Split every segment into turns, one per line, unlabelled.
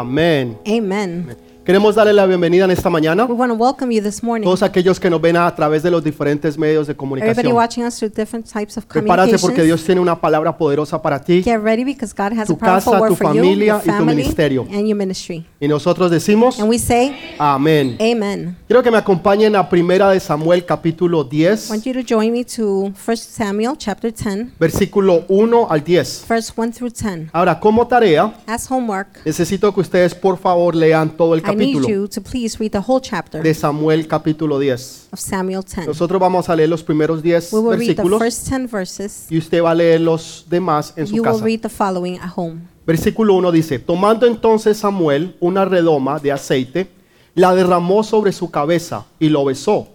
Amén.
Amen.
Queremos darle la bienvenida en esta mañana
We
a
want to welcome you this morning.
todos aquellos que nos ven a través de los diferentes medios de
Everybody
comunicación.
watching us through different types of
Prepárate porque
communications.
Dios tiene una palabra poderosa para ti
Get ready because God has
Tu
a powerful
casa, tu
word for you,
familia
your
y tu
family,
ministerio.
and your ministry.
y nosotros decimos
And we say,
amén.
Amen.
Quiero que me acompañen a Primera de Samuel capítulo
I want
10,
you to join me to 1 Samuel chapter 10,
versículo 1 al 10.
verse 1 through 10.
Ahora, como tarea,
As homework,
necesito que ustedes por favor lean todo el
I need
capítulo
you to please read the whole
de
chapter
Samuel capítulo 10.
of Samuel 10.
Nosotros vamos a leer los primeros 10
We will read the
versículos
first 10 verses.
y usted va a leer los demás en su
You will
casa.
read the following at home.
Versículo 1 dice, tomando entonces Samuel una redoma de aceite, la derramó sobre su cabeza y lo besó,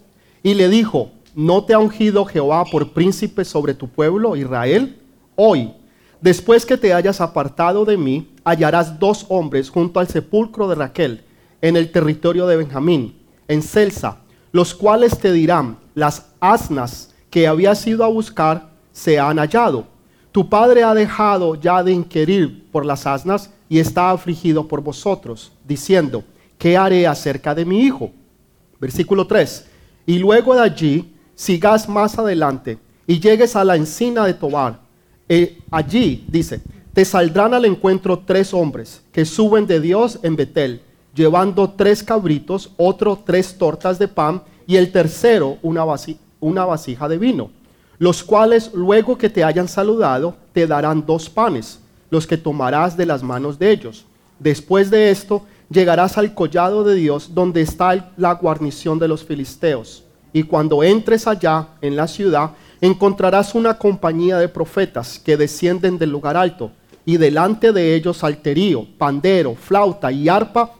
y le dijo, ¿no te ha ungido Jehová por príncipe sobre tu pueblo Israel? Hoy, después que te hayas apartado de mí, hallarás dos hombres junto al sepulcro de Raquel, en el territorio de Benjamín, en Celsa, los cuales te dirán, las asnas que habías ido a buscar se han hallado. Tu padre ha dejado ya de inquirir por las asnas y está afligido por vosotros, diciendo, ¿qué haré acerca de mi hijo? Versículo 3. Y luego de allí sigas más adelante y llegues a la encina de Tobar. Eh, allí, dice, te saldrán al encuentro tres hombres que suben de Dios en Betel, llevando tres cabritos, otro tres tortas de pan y el tercero una, vasi- una vasija de vino los cuales luego que te hayan saludado te darán dos panes, los que tomarás de las manos de ellos. Después de esto llegarás al collado de Dios donde está el- la guarnición de los filisteos. Y cuando entres allá en la ciudad, encontrarás una compañía de profetas que descienden del lugar alto, y delante de ellos salterío, pandero, flauta y arpa,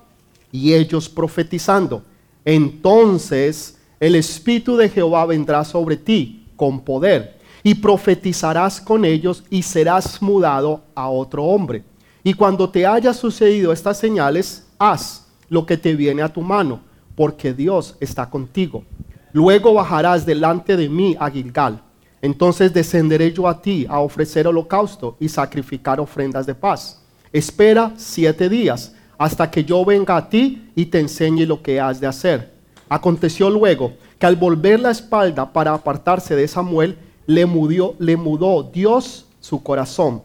y ellos profetizando. Entonces el Espíritu de Jehová vendrá sobre ti con poder, y profetizarás con ellos y serás mudado a otro hombre. Y cuando te haya sucedido estas señales, haz lo que te viene a tu mano, porque Dios está contigo. Luego bajarás delante de mí a Gilgal. Entonces descenderé yo a ti a ofrecer holocausto y sacrificar ofrendas de paz. Espera siete días hasta que yo venga a ti y te enseñe lo que has de hacer. Aconteció luego que al volver la espalda para apartarse de Samuel, le, mudió- le mudó Dios su corazón.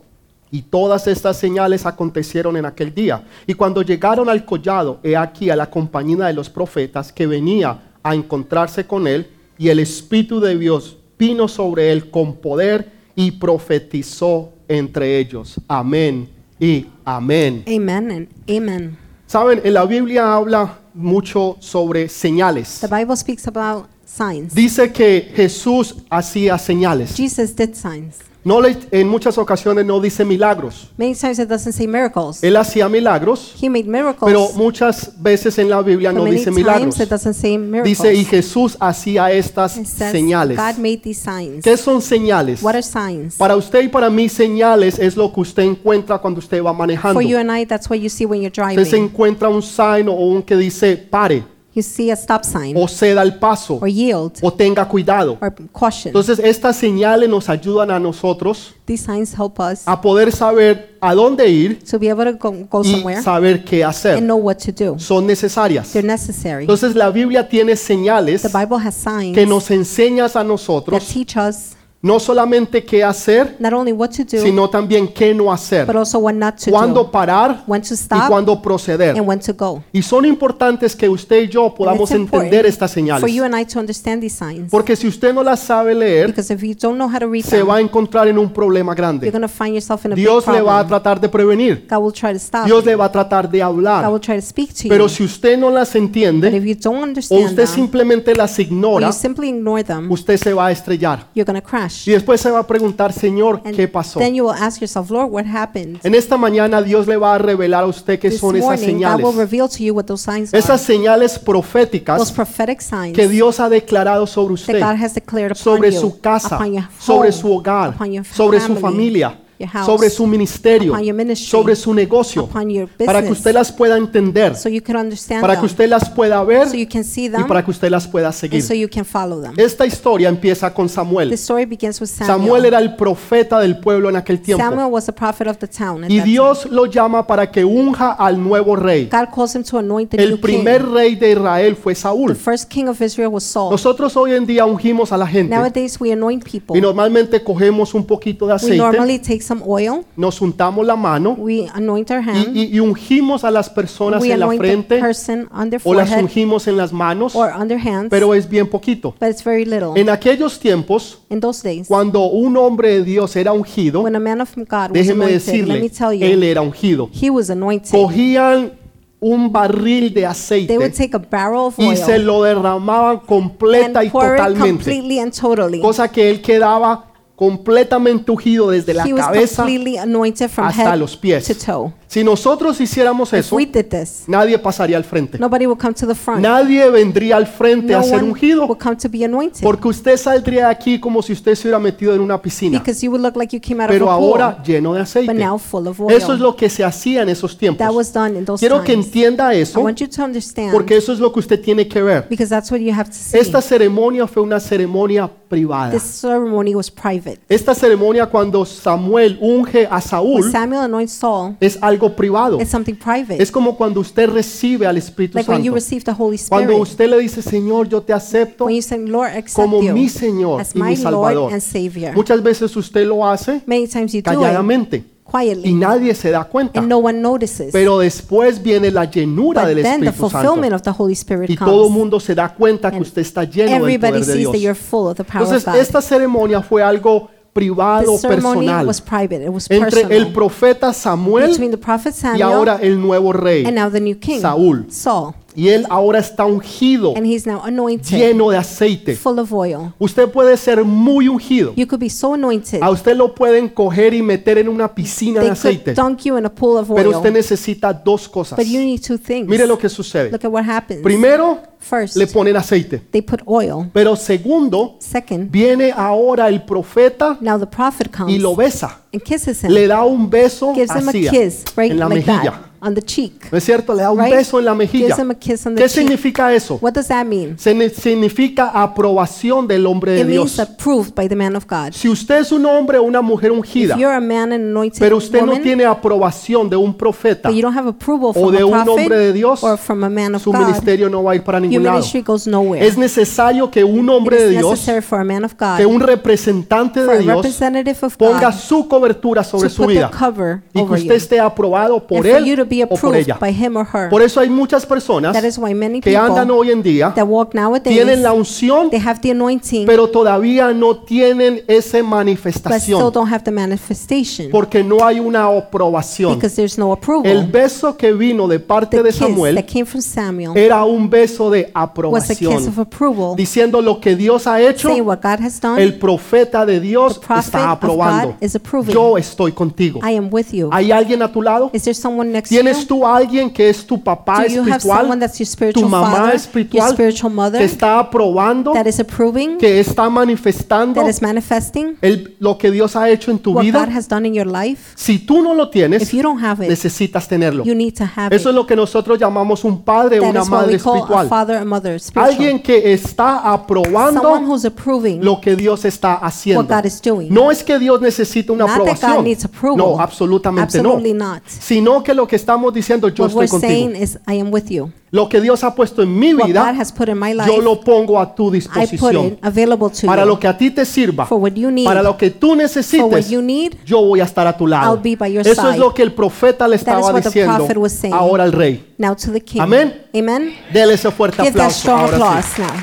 Y todas estas señales acontecieron en aquel día. Y cuando llegaron al collado, he aquí a la compañía de los profetas que venía a encontrarse con él, y el Espíritu de Dios vino sobre él con poder y profetizó entre ellos. Amén y amén.
Amen and amen.
Saben, en la Biblia habla mucho sobre señales.
The Bible speaks about signs.
Dice que Jesús hacía señales.
Jesus did signs.
No le- en muchas ocasiones no dice milagros.
Many times it doesn't say miracles.
Él hacía milagros,
He made
pero
miracles.
muchas veces en la Biblia
But
no
many
dice milagros.
times it doesn't say
Dice, y
miracles.
Jesús hacía estas
It says,
señales.
God made these signs.
¿Qué son señales?
What are signs?
Para usted y para mí, señales es lo que usted encuentra cuando usted va manejando.
For you and I, that's what you see when you're
Usted se
driving.
encuentra un sign o un que dice pare,
You see a stop sign
o ceda el paso,
or yield
o tenga cuidado.
or caution.
Entonces, estas señales nos ayudan a nosotros
These signs help us
a poder saber a dónde ir
to be able to go, go
ah, y
somewhere
saber qué
and
hacer.
know what to do.
Son necesarias.
They're necessary.
Entonces, la Biblia tiene señales
The Bible has signs
que nos enseñas a
that
nosotros
teach us
no solamente qué hacer,
not only what to do,
sino también qué no hacer.
but also what not to
Cuándo
do,
parar
when to
y
stop,
cuándo proceder.
and when to go.
Y son importantes que usted y yo
And
podamos
it's important
entender estas
For you
señales.
and I to understand these signs.
Porque si usted no las sabe leer,
Because if you don't know how to read
se
them,
va a encontrar en un problema
you're
grande.
going to find yourself in a
Dios
big
le va a
problem. Ah,
tratar de prevenir.
God will try to stop
Dios
you.
le va a tratar de
God
hablar.
will try to speak to
Pero
you.
si usted no las
But
entiende
if you don't
o
understand
usted
them,
simplemente las
or
ignora,
you simply ignore them,
usted se va a estrellar.
you're going to crash.
Y después se va a preguntar, Señor,
And
¿qué pasó?
then you will ask yourself, Lord, what happened?
En esta mañana Dios le va a revelar a usted qué
This
son esas
morning, God
señales.
will reveal to you what those signs
Esas
are.
señales
Those
proféticas
prophetic signs
que Dios ha declarado sobre
that
usted.
God has declared upon
sobre
you,
su casa,
upon your home,
sobre su hogar,
upon your
sobre su
family,
familia.
your house,
sobre su ministerio,
upon your ministry,
sobre su negocio,
upon your
para que
business,
usted las pueda entender,
so you can understand
para
them,
que usted las pueda ver
so you can see
y
them,
para que usted las pueda
and so
seguir.
you can follow them.
Esta historia empieza con
The
Samuel.
story begins with Samuel.
Samuel era el profeta del pueblo en aquel tiempo.
Samuel was a prophet of the town. At
Y
that
Dios lo llama para que unja al nuevo rey.
time. God calls him to anoint the new
El primer
king.
rey de Israel fue
The
Saúl.
first king of Israel was Saul.
Nosotros hoy en día ungimos a la gente
Nowadays we anoint people.
y normalmente cogemos un poquito de
we
aceite,
normally take some oil,
nos untamos la mano
we anoint our hand,
y, y- y ungimos a las personas
we
en la
anoint the
frente
person on their
o las
forehead
ungimos en las manos,
or on their hands,
pero es bien poquito.
but it's very little.
En aquellos tiempos,
In those days,
cuando un hombre de Dios era ungido,
when a man of God was
déjeme
anointed, pues, let
decirle,
me tell you,
él era ungido.
he was anointed.
Cogían un barril de
They would
aceite
take a barrel of
y se
oil
lo derramaban completa y
and pour it
totalmente.
completely and totally.
cosa que él quedaba completamente ungido desde la
He was
cabeza.
completely anointed from
hasta
head
los pies.
to toe.
Si nosotros hiciéramos
If
eso,
we did this,
nadie pasaría al frente.
nobody would come to the front.
Nadie vendría al frente a
no
ser
one
ungido,
would come to be anointed
porque usted saldría de aquí como si usted se hubiera metido en una piscina,
because you would look like you came out
pero
of a pool,
ahora lleno de
but
aceite.
now full of oil.
Eso es lo que se hacía en esos
that was
tiempos.
done in those
Quiero que
times.
entienda
I
eso,
want you to understand
porque eso es lo que usted tiene que ver.
because that's what you have to see.
Esta ceremonia fue una ceremonia privada.
this ceremony was private.
Esta ceremonia cuando Samuel unge a Saúl
When Samuel anoints Saul,
es algo privado.
it's something private.
Es como cuando usted recibe al Espíritu
like when you
Santo.
receive the Holy
Cuando
Spirit.
usted le dice, Señor, yo te acepto
when you say, Lord, accept
como
you
mi Señor
as
y
my
mi Salvador.
Lord and Savior.
Muchas veces usted lo hace
Many times you do it
calladamente y
quietly
nadie se da cuenta.
and no one notices.
Pero después viene la llenura
but
del
then the
Espíritu Santo
fulfillment of the Holy Spirit
y
comes.
todo el mundo se da cuenta que
And
usted está lleno del
Everybody
poder de
sees that you're
Dios.
full of the power
Entonces,
of God.
esta ceremonia fue algo privado,
the ceremony
personal,
was private. It was
entre el
personal
profeta
between
Samuel
the prophet
y
Samuel
ahora el nuevo rey.
and now the new king,
Saúl.
Saul.
Y él ahora está ungido,
And he's now anointed,
lleno de aceite.
full of oil.
Usted puede ser muy ungido.
You could be so anointed,
A usted lo pueden coger y meter en una piscina de
they could
aceite.
dunk you in a pool of
Pero usted
oil.
necesita dos cosas.
But you need two things.
Mire lo que sucede.
Look at what happens.
Primero,
First,
le ponen aceite.
they put oil.
Pero segundo,
Second,
viene ahora el profeta
now the prophet
y
comes
lo besa.
and kisses him,
Le da un beso
gives him a
así,
kiss, right,
en la
like that,
mejilla.
on the cheek.
¿No es cierto? Le da un
Right?
beso en la mejilla.
Gives him a kiss on the
¿Qué
cheek.
significa eso?
What does that mean?
Se ne- significa aprobación del hombre de
It means
Dios.
approved by the man of God.
Si usted es un hombre o una mujer ungida,
If you're a man and anointed
pero usted no
woman,
tiene aprobación de un profeta,
but you don't have approval
o
from
de
a
un
prophet
hombre de Dios,
or from a man of
su
God,
ministerio no va a ir para
your
ningún lado.
ministry goes nowhere.
Es necesario que un
it
hombre de
is
Dios,
necessary for a man of God,
que un representante
for
de
a
Dios,
representative of
ponga
God,
su cobertura sobre
to
su
put the
vida
cover
y que
over
usted
you
esté aprobado
and
por
for you to
él
be
o por
approved
ella.
by him or her.
Por eso hay muchas personas
That is why many
que andan
people
hoy en día,
that walk nowadays,
tienen la unción,
they have the anointing,
pero todavía no tienen esa
but still
manifestación
don't have the manifestation
porque no hay una aprobación.
because there's no approval.
El beso que vino de parte
the
de
kiss
Samuel
that came from Samuel
era un beso de
was a kiss
aprobación,
of approval,
diciendo lo que Dios ha hecho,
saying what God has done.
el profeta de Dios
The prophet
está
of God
aprobando.
is approving.
Yo estoy contigo.
I am with you.
¿Hay alguien a tu lado?
Is there someone next to you?
¿Tienes tú alguien que es tu papá
Do you have
espiritual,
someone that's your
tu
spiritual
mamá
father, your
espiritual,
spiritual
que
mother,
está aprobando,
that is approving,
que está manifestando
that is manifesting
el- lo que Dios ha hecho en tu
what God
vida?
has done in your life?
Si tú no lo
If
tienes,
you don't have it,
necesitas tenerlo.
you need to have it.
Eso es lo que nosotros llamamos un padre o
That
una
is what
madre
we call a
espiritual.
father and mother, spiritual.
Alguien que está
Someone
aprobando
who's approving
lo que Dios está haciendo.
what God is doing.
No es que Dios necesita una
Not that God
aprobación.
needs approval.
No, absolutamente no.
Absolutely not.
Sino que lo que estamos diciendo, yo
What
estoy
we're
contigo.
saying is, I am with you.
Lo que Dios ha puesto en mi
What God
vida,
has put in my
yo
life,
lo pongo a tu
I put it
disposición.
available to
Para lo
you.
que a ti te sirva,
For what you need,
para lo que tú
for what
necesites,
you need,
yo voy a estar a tu lado.
I'll be by your
Eso es
side.
lo que el profeta le estaba
what the
diciendo
prophet was saying.
ahora al rey.
now to the King.
Amén.
Amen.
Dele ese fuerte
Give that
aplauso.
strong
ahora sí.
applause now.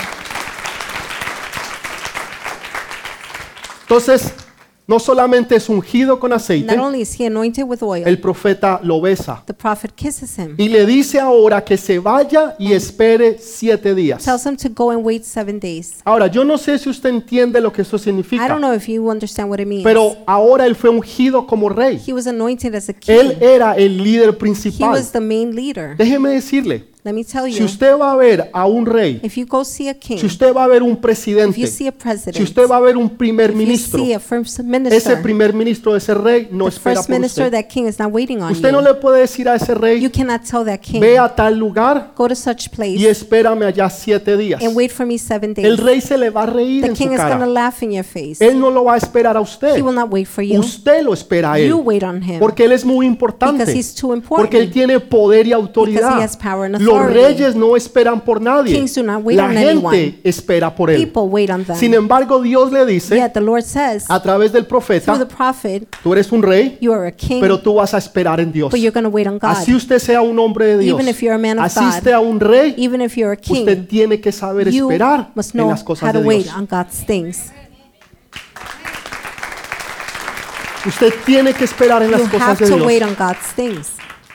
Entonces, no solamente es ungido con
Not
aceite,
only is he anointed with oil,
el profeta lo besa
the prophet kisses him,
y le dice ahora que se vaya y espere siete días.
tells him to go and wait seven days.
Ahora, yo no sé si usted entiende lo que eso
I don't
significa,
know if you understand what it means.
pero ahora él fue ungido como rey.
he was anointed as a
Él
king.
era el líder
He
principal.
was the main leader.
Déjeme decirle,
Let me tell
Si
you,
usted va a ver a un rey,
if you go see a king,
si usted va a ver un
if you
presidente,
see
si
a president,
usted va a ver un primer
if you
ministro,
see a first
ese
minister,
primer ministro, ese rey no
the
espera
first
por
minister,
usted.
that king is not waiting on
Usted
you.
no le puede decir a ese
you
rey,
cannot tell that king,
ve a tal lugar
go to such place
y espérame allá siete días.
and wait for me seven days.
El rey se le va a reír
the
en su
king is going to
cara.
laugh in your face.
Él no lo va a esperar a
he
usted.
will not wait for you.
Usted lo espera a
you
él.
wait on him.
Porque él es muy importante.
Because he's too important.
Porque él tiene poder y
Because he
autoridad.
has power and
Los
authority.
reyes no esperan por nadie.
Kings do not wait
La
on
gente
anyone.
espera por él.
People wait on them.
Sin embargo, Dios le dice
Yet the Lord says
a través del
through the
profeta,
prophet,
tú eres un rey,
you are a king,
pero tú vas a esperar en Dios.
but you're going to wait on God.
Así usted sea un hombre de Dios,
Even if you're a man of
así
God.
usted a un rey,
Even if you're a
usted
king,
tiene que saber
you
esperar
must
en
know
las
how
cosas
to
de
wait
Dios.
on God's things.
Usted tiene que esperar en
You
las
have
cosas de
to wait
Dios,
on God's things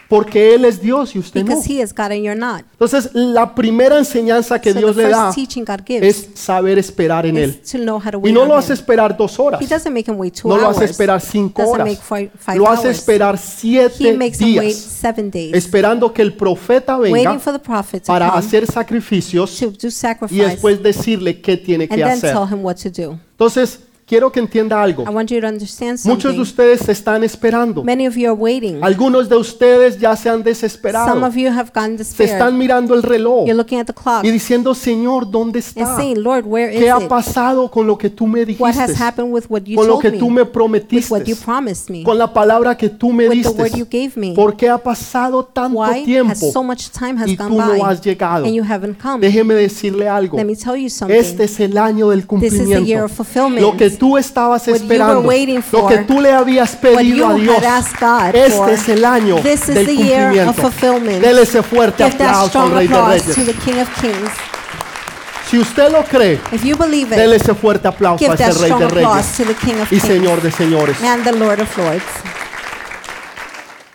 porque Él es Dios y usted no.
because He is God and you're not.
Entonces, la primera enseñanza que
so
Dios
the
le
first
da
teaching God gives
es saber esperar en Él.
is to know how to
Y
wait
no
on
lo hace
Him.
esperar dos horas,
He doesn't make him wait two
no lo
hours.
hace esperar cinco
doesn't
horas,
make five, five
lo hace
hours.
esperar
He
siete
makes him wait
días,
seven days,
esperando que el profeta venga
waiting for the prophet to
para
come
hacer sacrificios
to do
y
sacrifice
después decirle qué tiene
and
que
then
hacer.
tell him what to do.
Entonces, quiero que entienda algo.
I want you to understand
Muchos de
something.
ustedes están esperando.
Many of you are waiting.
Algunos de ustedes ya se han
Some
desesperado.
of you have gotten
Se
despaired.
están mirando el reloj
You're looking at the clock
y diciendo, Señor, ¿dónde
and
está?
saying, Lord, where is
¿Qué ha
it?
pasado con lo que tú me
What has
dijiste?
happened with what you
Con lo
told
que tú me
me? With what
prometiste.
you promised me?
Con la palabra que tú me
With the word you
diste.
gave me?
¿Por qué ha pasado tanto
Why has so
tiempo?
much time has
y
gone
tú no
by
has llegado.
and you haven't come?
Déjeme decirle algo.
Let me tell you
Este
something.
es el año del
is the year
cumplimiento.
of fulfillment.
Lo que tú estabas
What you were
esperando,
waiting
lo
for,
que tú le habías
What
pedido
you
a Dios.
had asked God for,
Este es el año
this is
del
the year of
cumplimiento.
fulfillment.
Dele ese fuerte
Give that
aplauso al
strong
Rey de
applause to
Reyes.
the King of Kings.
Si usted lo cree,
If you believe
dele
it,
ese fuerte aplauso a
give that
ese Rey
strong
de Reyes
applause to the King of
y
Kings
Señor de Señores.
and the Lord of Lords.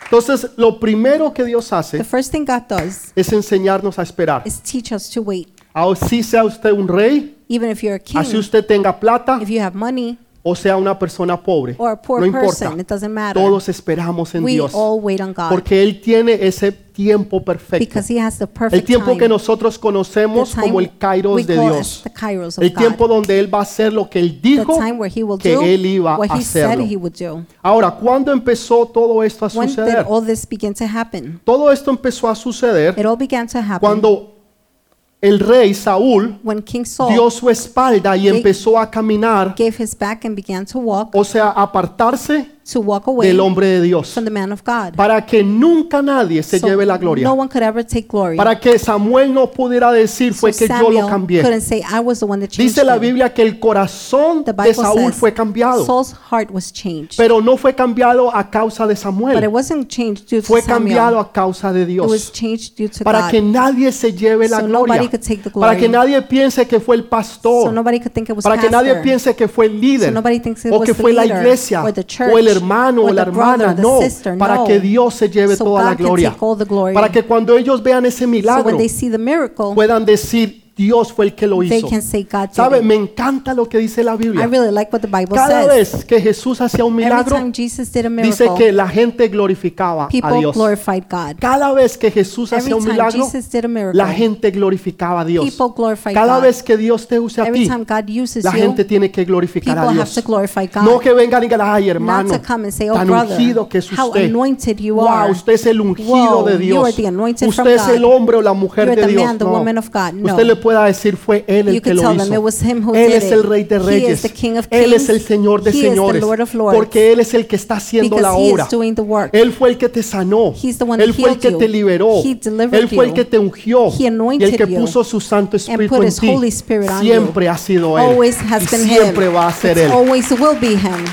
Entonces, lo primero que Dios
The
hace
first thing God does
es enseñarnos a esperar.
is teach us to wait.
Así sea usted un rey,
Even if you're a king,
así usted tenga plata
if you have money
o sea una persona pobre,
or a poor
no importa.
person, it doesn't matter.
Todos esperamos en
we
Dios.
all wait on God
Porque Él tiene ese tiempo perfecto.
because He has the
El
perfect
tiempo
time.
que nosotros conocemos
the time
como el
we
Kairos de
call
Dios.
as the kairos of
El
God.
tiempo donde Él va a hacer lo que Él
the
dijo
time where He will
que
do
Él iba
what
a
He said
hacerlo.
He would do.
Ahora, ¿cuándo empezó todo esto a
When did
suceder?
all this begin to happen?
Todo esto empezó a suceder
It all began to happen
cuando el rey Saúl
when King Saul
dio su espalda y
They-
empezó a caminar,
gave his back and began to walk,
o sea, apartarse
to walk away
del hombre de Dios.
from the man of God.
Para que nunca nadie se
So
lleve la
No
gloria.
one could ever take glory.
Para que Samuel no pudiera decir
so
fue que yo
Samuel
lo cambié.
couldn't say, I was the one that changed
Dice la
him."
Biblia que el corazón
The
de
Bible
Saúl
says
fue cambiado,
Saul's heart was changed.
pero no fue cambiado a causa de
but it
Samuel,
wasn't changed due to
fue
Samuel.
cambiado a causa de
it was
Dios,
changed due to
para
God.
que nadie se lleve la
So nobody
gloria,
could take the
para que
glory.
nadie piense que fue el
so
pastor,
nobody could think it was
para que
pastor.
nadie piense que fue el líder,
So nobody thinks it
o
was
que
the
fue la
leader,
iglesia,
or the
o el
church,
hermano, o
or
la
the brother,
hermana,
the
no,
sister,
para
no.
que Dios se lleve
So
toda la
God can
gloria,
take all the glory.
para que cuando ellos vean ese
so
milagro
when they see the miracle,
puedan decir Dios fue el que lo
they
hizo.
can say God did
¿Sabe?
it.
Me encanta lo que dice la
I
Biblia.
really like what the Bible
Cada
says.
vez que Jesús hacía un
Every
milagro,
time Jesus did a
dice
miracle,
que la gente glorificaba a
people
Dios.
glorified God.
Cada vez que Jesús
Every
hacía un
time
milagro,
Jesus did
la
a miracle,
gente glorificaba a Dios.
people glorified
Cada
God.
vez que Dios te use a
Every
ti,
time God uses
la gente
you,
tiene que glorificar a
people have to
Dios.
glorify God.
No que vengan y digan, ay hermano,
Not to come and say, oh
tan
brother,
ungido que es
how
usted.
anointed you
Wow,
are.
usted es el ungido
Wow,
de
you are
Dios.
the anointed from
Usted es
God.
el hombre o la mujer
You are
de
the
Dios.
man, the
No.
woman of God. No.
Usted le pueda decir fue él el
You
que
could
lo
tell them it
hizo.
was him who
Él
did
es
it.
el rey de
He is
reyes.
the king of
Él es
kings.
el señor de
He is the
señores.
Lord of lords.
Porque él es el que está haciendo
because
la
he
obra.
is doing the work.
Él fue el que te sanó.
He's the one
Él
that
fue el
healed
que te
you.
liberó.
He delivered
Él fue el
you.
que te ungió.
He
Y el
anointed
que
you
puso su Santo Espíritu
put
en
his
ti.
Holy Spirit on you.
Siempre ha sido él.
Always
Y
has been
siempre
him.
va a ser
It's
él.
Always will be him.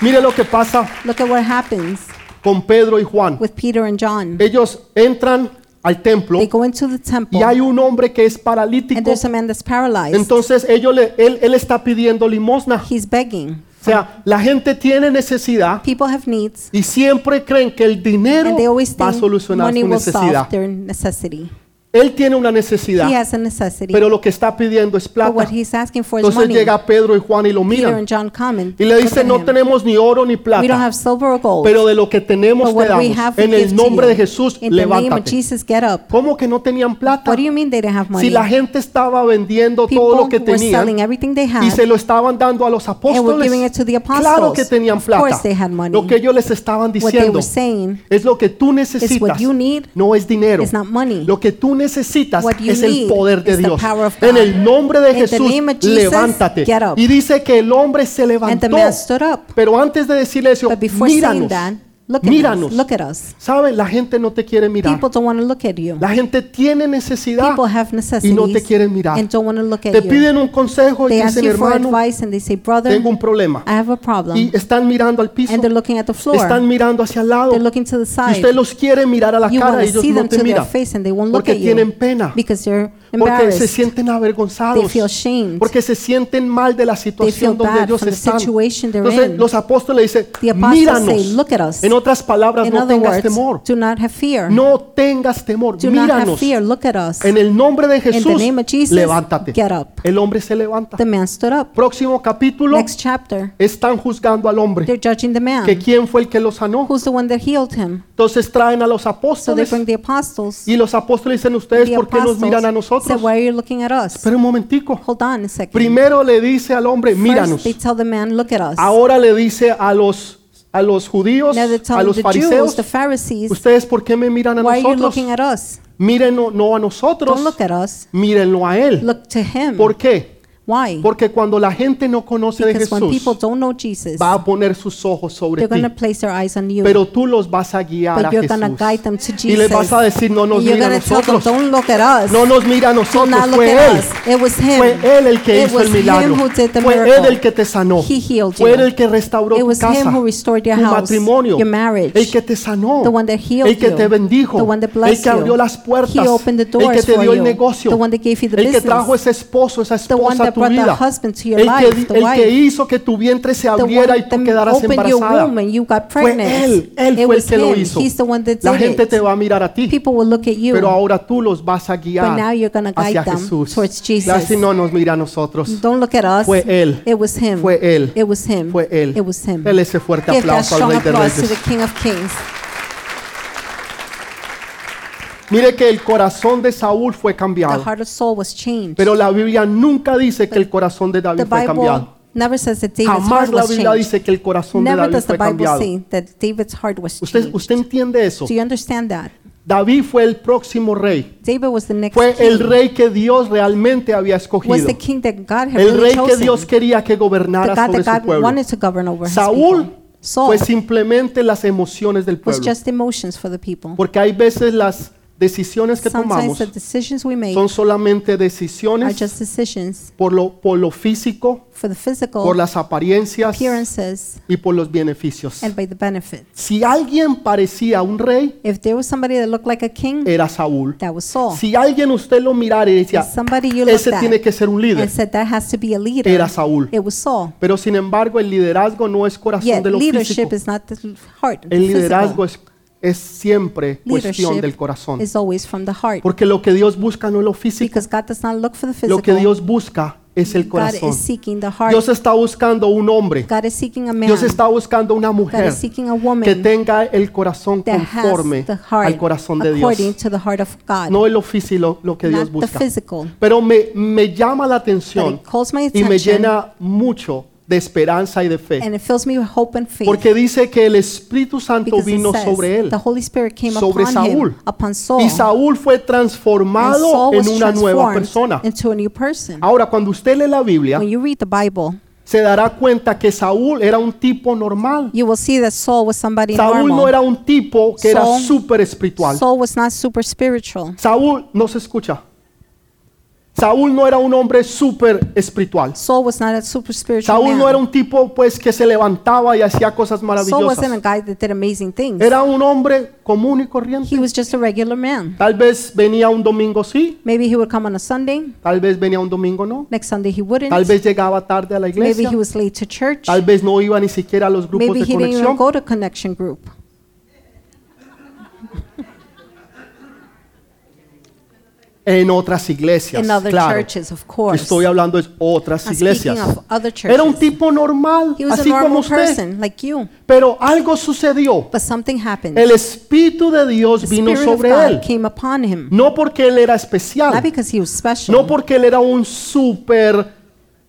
Mire lo que pasa
Look at what happens
con Pedro y Juan.
with Peter and John.
Ellos entran al templo
They go into the temple,
y hay un hombre que es
and
paralítico.
there's a man that's paralyzed.
Entonces ellos le- él, él está pidiendo limosna.
He's begging.
O sea, la gente tiene necesidad
People have needs,
y siempre creen que el dinero
and they always
va a
think
solucionar
money
su
will
necesidad.
solve their necessity.
Él tiene una necesidad,
He has a necessity.
pero lo que está pidiendo es
but
plata.
what he's asking for is
Entonces
money.
llega Pedro y Juan y lo
Peter
miran
and John come and
y le
look
dicen,
at
no
him.
tenemos ni oro ni
We don't
plata,
have silver or gold.
pero de lo que tenemos
but
te
what we
damos.
have we
En
give
el
to
nombre de
you.
Jesús,
In the name of
levántate.
Jesus, get up.
¿Cómo que no tenían plata?
What do you mean they didn't have money?
Si la gente estaba vendiendo todo
People
lo que
were selling
tenían
everything they
y
had.
se lo estaban dando a los apóstoles,
giving it to the apostles.
claro que tenían
Of course
plata.
they had money.
Lo que ellos les estaban
what they
diciendo
were saying
es lo que tú necesitas.
you need.
No es dinero.
is not money.
Lo que tú necesitas
What you
es el
need
poder de
is the
Dios.
power of God.
En el nombre de
In the
Jesús,
name of Jesus,
levántate.
get up.
Y dice que el hombre se
and
levantó.
the man stood up.
Pero antes de decirle eso,
But before saying
míranos.
that, look at
Míranos.
us. Look at us.
¿Saben? La gente no te quiere mirar.
People don't want to look at you.
La gente tiene necesidad
People have necessities
y no te quieren mirar.
and don't want to look at
Te
you.
piden un consejo y
they ask
dicen,
you for
hermano,
advice and they say, brother,
tengo un problema.
I have a problem.
Y están mirando al piso,
and they're looking at the floor.
están mirando hacia el lado.
they're looking to the
Y
side.
usted los quiere mirar a la
you
cara
want
y
to
ellos
see
no
them
te
to their
miran.
face and they won't look
Porque
at you.
tienen pena.
Because they're
Porque se
embarrassed.
sienten avergonzados.
They feel ashamed.
Porque se sienten mal de la situación
feel bad
donde ellos
from the
están.
situation they're
Entonces
in.
los apóstoles dicen,
The apostles
míranos.
say, "Look at us."
En otras palabras,
In
no
other
tengas
words,
temor.
do not have fear.
No tengas temor.
do not have
Míranos.
fear. Look at us.
En el nombre de
the
Jesús,
name of Jesus,
levántate.
get up.
El hombre se levanta.
the man stood up.
Próximo capítulo,
Next chapter,
están juzgando al hombre.
they're judging the man.
Que quién fue el que lo sanó.
Who's the one that healed him?
Entonces traen a los
So they
apóstoles
bring the apostles.
y los apóstoles dicen ustedes
the
por qué nos
apostles
miran a
said,
nosotros.
why are you looking at us?
Pero un momentico.
Hold on a second.
Primero le dice al hombre,
First,
míranos.
they tell the man, look at us.
Ahora le dice a los a los judíos,
now they
a
tell
los
the Jews,
fariseos,
the Pharisees,
ustedes por qué me miran a
why are you looking
nosotros?
at us?
Mírenlo no a
Don't
nosotros,
look at us.
mírenlo a él.
Look to him.
¿Por qué?
Why?
Porque cuando la gente no conoce de
Because when people
Jesús,
don't know Jesus,
va a poner sus ojos sobre
they're going
ti.
to place their eyes on you.
Pero tú los vas a guiar a
but you're going to guide
Jesús.
them to Jesus.
Y les vas a decir, no nos
And you're
mira a
going to tell them,
nosotros.
don't look at us.
No nos mira a
Do
nosotros,
not look
fue
at
él.
us. It was him.
Fue él el que
It
hizo el
was him
milagro.
who did the
Fue él
miracle.
el que te sanó.
He healed
Fue
you.
él el que restauró
It
tu
was
casa,
him who restored your
tu
house,
matrimonio,
your marriage,
el que te sanó,
the one that healed
el que
you,
te bendijo,
the one that
el
blessed
que abrió
you.
las puertas,
He opened the
el que
doors
te
for
dio el
you,
negocio,
the one that gave you the
el que
business,
trajo ese esposo, esa
the one
esposa a
that
tu
brought the
vida,
husband to your
el que,
life,
di-
the
el que
wife,
hizo que tu vientre se
the one
abriera y
that
tú quedaras
opened your
embarazada.
womb and you got
Fue
pregnant.
él, él
it
fue el
was
que lo
him.
hizo.
He's the one that did
La gente
it.
te va a mirar a ti.
People will look at you.
Pero ahora tú los vas a guiar
But now you're gonna guide
hacia
them
Jesús.
towards Jesus.
La- si no nos mira a nosotros.
don't look at us.
Fue él.
It was him.
Fue él.
It was him.
Fue él.
It was him.
Dele ese fuerte
Give that
aplauso al
strong
Rey de
applause to the
Reyes.
King of Kings.
Mire que el corazón de Saúl fue
The
cambiado.
heart of Saul was changed.
Pero la Biblia nunca dice que el corazón de David
the
fue
Bible
cambiado.
never says that David's
Jamás
heart
la
was
Biblia
changed.
dice que el corazón de
Never
David
does the
fue
Bible
cambiado.
say that David's heart was
¿Usted,
changed.
usted entiende eso?
Do you understand that?
David fue el próximo rey.
David was the next
Fue
king.
el rey que Dios realmente había
was
escogido.
the king that God had
El
really
rey que
chosen.
Dios quería que
the
gobernara
God
sobre
that
su
God
pueblo.
wanted to govern over his
Saúl
people. Saul
fue simplemente las emociones del
was
pueblo.
just emotions for the people.
Porque hay veces las decisiones que
Sometimes
tomamos
the decisions we make
son solamente
are
decisiones
just decisions
por lo, por lo físico,
for the physical
por las apariencias
appearances
y por los beneficios.
and by the benefits.
Si alguien parecía un rey,
If there was somebody that looked like a king,
era Saúl.
that was Saul.
Si alguien usted lo mirara y decía,
If somebody you looked
ese tiene
at
que ser un líder,
and said that has to be a leader,
era Saúl.
it was Saul.
Pero sin embargo, el liderazgo no es corazón
Yet
de lo físico.
leadership is not the heart. the
El liderazgo
physical.
es, es siempre cuestión
leadership
del corazón.
is always from the heart.
Porque lo que Dios busca no es lo físico.
Because God does not look for the
Lo
physical.
que Dios busca es el
God
corazón.
is seeking the heart.
Dios está buscando un hombre.
God is seeking a man.
Dios está buscando una
God
mujer
is seeking a woman
que tenga el corazón
that has
conforme
the heart
al corazón de Dios.
according to the heart of God.
No es lo físico lo que Dios
not the
busca.
physical.
Pero me, me llama la
But
atención
it calls my
y me
attention
llena mucho de esperanza y de fe.
and it fills me with hope and faith.
Porque dice que el Espíritu Santo
because it
vino
says
sobre él.
the Holy Spirit came
sobre
upon
Saúl.
him, upon Saul.
Y Saúl fue
and
transformado
Saul was
en una nueva
transformed
persona. Ah,
into a new person.
Ahora, cuando usted lee la Biblia,
When you read the Bible,
se dará cuenta que Saúl era un tipo normal.
you will see that Saul was somebody
Saúl
normal.
no era un tipo que era
Saul-
súper espiritual.
Saul was not super spiritual.
Saúl no se escucha. Saúl no era un hombre súper espiritual.
Saul was not a super spiritual
Saúl
man.
no era un tipo pues que se levantaba y hacía cosas
Saul wasn't a
maravillosas.
guy that did amazing things.
Era un hombre común y
he
corriente.
was just a regular man.
Tal vez venía un domingo sí,
Maybe he would come on a Sunday.
tal vez venía un domingo no.
Next Sunday he wouldn't.
Tal vez llegaba tarde a la
Maybe
iglesia.
he was late to church.
Tal vez no iba ni siquiera a los grupos
Maybe
de
he didn't even
conexión.
go to connection group.
en otras iglesias.
in other
claro.
churches, of course.
Estoy hablando de otras
I'm
iglesias.
speaking of other churches.
Era un tipo normal,
He was a
así como
normal
usted.
person like you,
Pero algo sucedió.
but something happened.
El Espíritu de Dios
the
vino
Spirit of
sobre
God
él.
came upon him,
No porque él era
not
especial,
because he was special,
no porque él era un super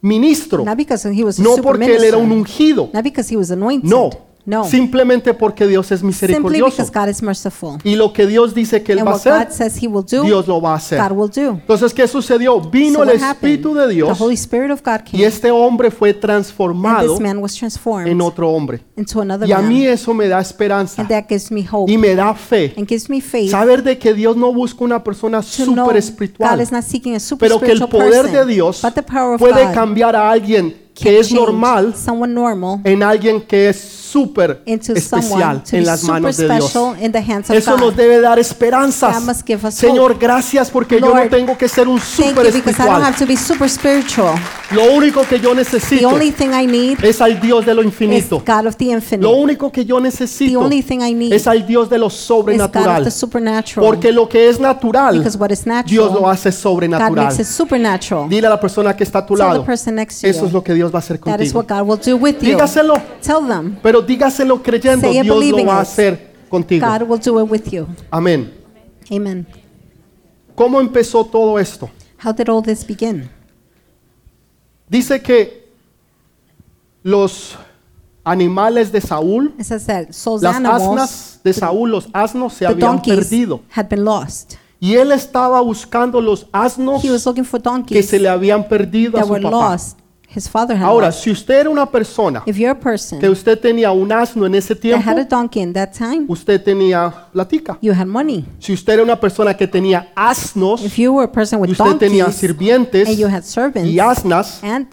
ministro,
not because he was a
no
super
porque él
minister,
era un ungido,
not because he was anointed,
no,
no,
simplemente porque Dios es
simply
misericordioso.
because God is merciful.
Y lo que Dios dice que él
and
va a
what
hacer,
God says he will do,
Dios lo va a hacer.
God will do.
Entonces, ¿qué sucedió?
So
Vino el
what happened?
Espíritu de
the
Dios
Holy Spirit of God came,
y este hombre fue
and
transformado
this man was transformed
en otro hombre.
into another
Y a
man,
mí eso me da esperanza
and that gives me hope
y me da fe.
and gives me faith
Saber de que Dios no busca una persona
to know
súper
God
espiritual,
is not seeking a super
pero que el
spiritual
poder
person,
de Dios
but the power of
puede
God
cambiar a alguien
can
que es
change
normal
someone normal
en alguien que es súper
into
especial
someone to
en
be
las
super
manos de Dios.
special in the hands of
Eso
God.
nos debe dar esperanzas.
That must give us
Señor, gracias porque yo no
Lord,
tengo que ser un
Thank
súper
you because I don't
espiritual.
have to be super spiritual.
Lo único que yo
The
necesito
only thing I need
es al Dios de lo
is
infinito.
God of the infinite.
Lo único que yo
The
necesito
only thing I need
es
is
al Dios de lo
God of
sobrenatural.
the supernatural.
Porque lo que es natural,
because what is natural,
Dios lo hace
God
sobrenatural.
makes it supernatural.
Dile a la persona que está a tu
Tell the
lado,
person next to
eso es
you.
lo que Dios va a hacer
That is
contigo.
what God will do with you.
Dígaselo,
Tell them
pero dígaselo creyendo,
Say it
Dios lo
believing
va a
it.
hacer contigo.
God will do it with you.
Amén.
Amen.
¿Cómo empezó todo esto?
How did all this begin?
Dice que los animales de Saúl,
It says that Saul's
las
animals,
asnas de Saúl, los asnos se
the
habían
donkeys,
perdido.
had been lost.
Y él estaba buscando los asnos
He was looking for
que
donkeys
se le habían perdido a
that
su
were
papá.
lost. His father had
Ahora,
lost.
si usted era una persona
If you're a person
que usted tenía un asno en ese
that
tiempo,
had a donkey in that time,
usted tenía platica.
you had money.
Si usted era una persona que tenía asnos
If you were a person
y
with
usted tenía
donkeys
sirvientes
and you had servants
y asnas,
and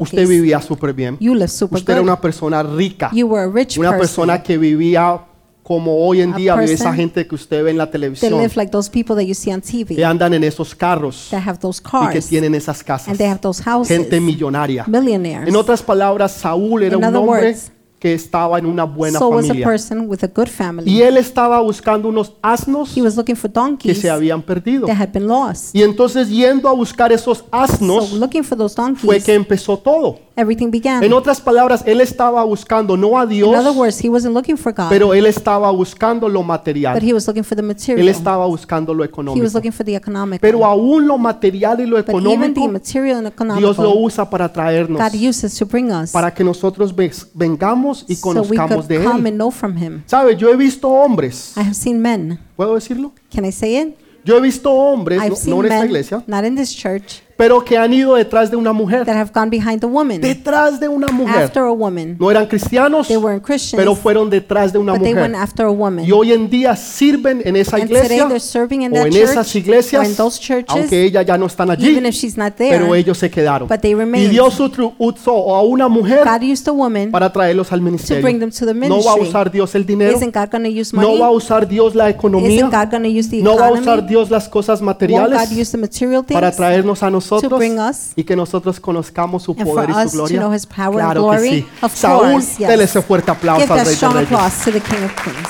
usted
donkeys,
vivía súper bien.
you lived super
Usted era
good.
una persona rica,
You were a rich
una
person.
persona que vivía como hoy en
A
día vive esa
person
gente que usted ve en la
They
televisión,
live like those people that you see on
que
TV
andan en esos carros
that have
y
those
que
cars
tienen esas casas.
and they have those houses.
Gente millonaria.
Millionaires.
En otras palabras, Saúl era un
In other
hombre
words,
que estaba en una buena
so was a
familia.
person with a good family.
Y él estaba buscando unos asnos
He was looking for
que
donkeys
se
that
habían perdido.
had been lost.
Y entonces yendo a buscar esos
So
asnos
looking for those
fue
donkeys,
que empezó todo.
everything began.
En otras palabras, él estaba buscando no a
In other
Dios,
words, he wasn't looking for God,
pero él estaba buscando lo
but
material.
he was looking for the
Él
material.
estaba buscando lo
He was
económico.
looking for the economic.
Pero aún lo material y lo
But even the
económico,
material and
Dios lo
economical,
usa para traernos,
God uses to bring us
para que nosotros ves- vengamos y
so we
conozcamos
could
de
come
él.
and know from Him.
¿Sabe? Yo he visto hombres,
I have seen men.
¿puedo decirlo?
Can I say it?
Yo he visto hombres,
I've
no,
seen
no en esta
men,
iglesia,
not in this church,
pero que han ido detrás de una mujer,
that have gone behind a woman,
detrás de una mujer.
after a woman.
No eran cristianos,
They weren't Christians,
pero fueron detrás de una
but they
mujer.
went after a woman.
Y hoy en día sirven en esa
And today
iglesia
they're serving in
o
that
en
church,
esas
or in
iglesias,
those churches,
aunque ellas ya no están allí,
Even if she's not there,
pero ellos se quedaron.
but they
Y
remained.
Dios utru- usó a una mujer
God used a woman.
para traerlos al ministerio.
bring them to the
No va a
ministry.
usar Dios el dinero,
Isn't God going to use
no
money?
va a usar Dios la economía,
Isn't God going to use the
no va a
economy?
usar Dios las cosas
Won't God
materiales
use the material
para
things?
traernos a nosotros
bring us?
y que nosotros conozcamos su
And
poder
for
y su
us to
gloria.
know his power and
claro
glory?
que sí.
Of
Saúl,
course, yes.
dele ese fuerte aplauso
Give
al
that
Rey de
strong
Reyes.
applause to the King of Kings.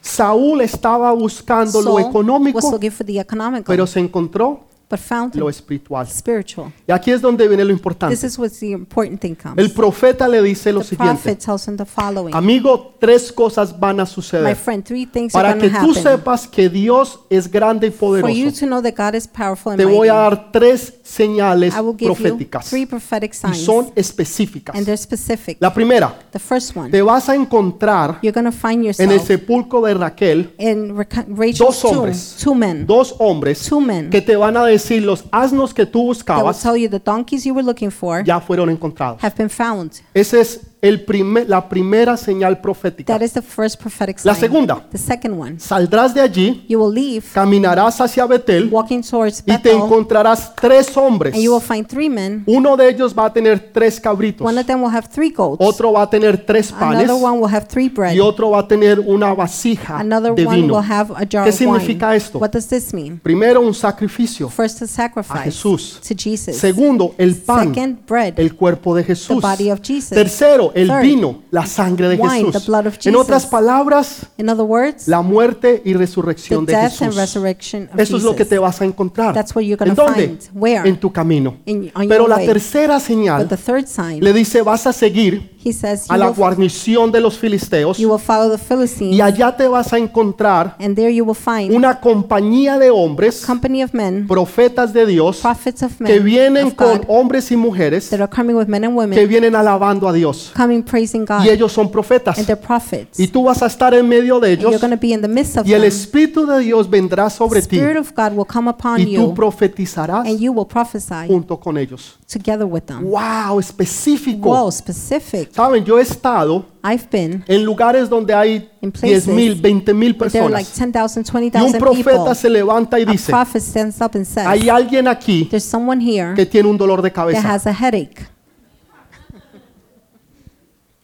Saúl estaba buscando lo
Saul was
económico,
looking for the economical,
pero se encontró
but found
lo
him
espiritual.
spiritual.
Y aquí es donde viene lo
This
importante.
is what the important thing comes.
El profeta le dice lo
the prophet
siguiente,
tells him the following.
amigo, tres cosas van a
My
suceder
friend, three things are
para
going to
que tú
happen.
sepas que Dios es grande y
For you
poderoso.
to know that God is powerful and
Te voy a
mighty,
dar tres señales
I will give you
proféticas
three prophetic
y
signs,
son específicas.
and they're specific.
La primera,
the first one,
te vas a encontrar
you're going to find
en el
yourself
sepulcro de Raquel
in Ra- Rachel's
dos
tomb,
hombres.
two men.
dos hombres
two men
que te van a decir los asnos que tú
that will
buscabas
tell you the donkeys you were looking for
ya fueron encontrados.
have been found.
Esa es el primer- la primera señal profética.
That is the first prophetic
La
sign.
segunda,
The second one,
saldrás de allí,
you will leave
caminarás hacia Betel
walking towards
y te
Bethel,
encontrarás tres hombres.
and you will find three men.
Uno de ellos va a tener tres cabritos,
One of them will have three goats.
otro va a tener tres panes
Another one will have three bread.
y otro va a tener una vasija
Another
de
one will
vino.
have a jar
¿Qué
of wine.
significa esto?
What does this mean?
Primero un sacrificio,
First, a sacrifice
Jesús.
to Jesus.
segundo el pan,
Second, bread,
el cuerpo de
the
Jesús.
body of Jesus.
Tercero, Tercero, el
Third,
vino, la sangre de
wine,
Jesús.
the blood of
En otras
Jesus.
palabras,
In other words,
la muerte y
the
resurrección de
death and
Jesús.
resurrection of
Eso es lo que te
Jesus.
vas a encontrar.
That's what you're gonna
¿En dónde?
find. Where?
En tu camino.
In- on
Pero
your
la
way.
tercera
But the
señal
third sign,
le dice, vas a seguir
he says,
a
you
la
will,
guarnición de los filisteos
you will follow the
y
Philistines,
allá te vas a encontrar
and there you will find
una compañía de hombres,
company of men,
profetas de Dios,
prophets of
que
men,
vienen
of
con
God,
hombres y mujeres,
that are coming with men and
que
women,
vienen alabando a Dios.
coming praising
Y
God,
ellos son profetas.
and they're prophets.
Y tú vas a estar en medio de
And you're
ellos
going to be in the midst of
y el
them.
Espíritu de Dios vendrá sobre
The
ti
Spirit of God will come upon
y tú
you,
profetizarás
and you will prophesy
junto con ellos.
together with them.
¡Wow! Específico.
Whoa, specific.
Saben, yo he estado
I've been
en lugares donde hay
In places
10 mil, 20 mil
where there are like
personas.
10,000,
Y un
20,000
profeta
people.
se levanta y
A
dice,
prophet stands up and
hay
says,
alguien aquí
there's someone here
que tiene un dolor de
that
cabeza.
has a headache.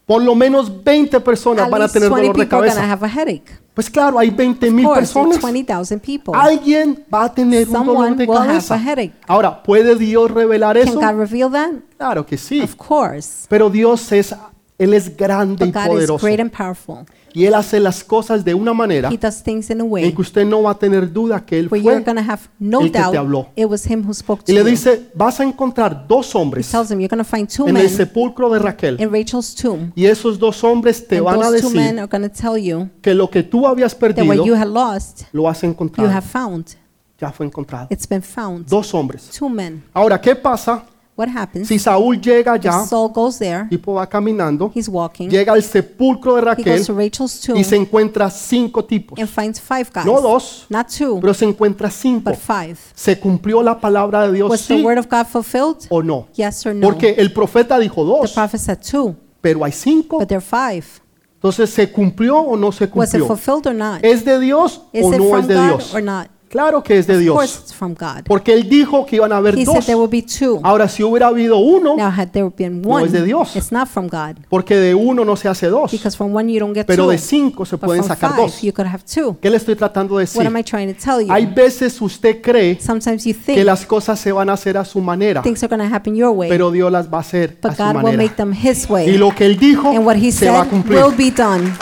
Por lo menos 20 personas
At
van a
least
tener
20
dolor de
people are going to
cabeza.
have a headache.
Pues claro, hay 20
Of
mil
course,
personas.
there's 20,000 people.
Alguien va a tener un dolor
Someone
de
will have
cabeza.
a headache.
Ahora, ¿puede Dios revelar
Can
eso?
God reveal that?
Claro que sí.
Of course.
Pero Dios es, Él es grande y
But God is
poderoso.
great and powerful.
Y Él hace las cosas de una manera
He does things in a way
en que usted no va a tener duda que Él
where you're
fue.
going to have no
el que te
doubt
habló.
it was him who spoke
Y
to
le
you.
dice, vas a encontrar dos hombres
tells him you're going to find two
en el
men
sepulcro de Raquel.
in Rachel's tomb.
Y esos dos hombres te
And
van a
those two men
decir
are going to tell you
que lo que tú habías
that what you
perdido
had lost,
lo has
you
encontrado.
have found.
Ya fue encontrado.
It's been found.
Ah. Dos hombres.
Two men.
Ahora, ¿qué pasa
What happens?
si Saúl llega allá,
Saul goes there.
tipo va caminando,
He's walking.
llega al sepulcro de
He goes to
Raquel
Rachel's tomb
y se encuentra cinco tipos?
and finds five guys.
No dos,
Not two,
pero se encuentra cinco.
but five.
¿Se cumplió la palabra de Dios
Was the
sí
word of God fulfilled?
o no?
Yes or no?
Porque el profeta dijo
The
dos,
prophet said two,
pero hay cinco.
but there are five.
Entonces, ¿se cumplió o no se
Was it
cumplió?
fulfilled or not?
¿Es de Dios
Is
o
it
no
from
es de
God
Dios?
or not?
Claro que es de
Of course
Dios.
it's from God.
Porque Él dijo que iban a haber
He said there
dos.
will be two.
Ahora, si hubiera habido uno,
Now had there been
No
one,
es de Dios.
it's not from God.
porque de uno no se hace dos,
Because from one you don't get
pero
two.
de cinco se
but
pueden
from
sacar
five
dos.
you could have two.
¿Qué le estoy tratando de
What am I
decir?
trying to tell you?
Hay veces usted cree
Sometimes you think
que las cosas se van a hacer a su manera,
things are going to happen your way,
pero Dios las va a hacer a
but
su
God will
manera.
make them His way.
Y lo que Él dijo
and what He
se va a
said
cumplir.
will be done.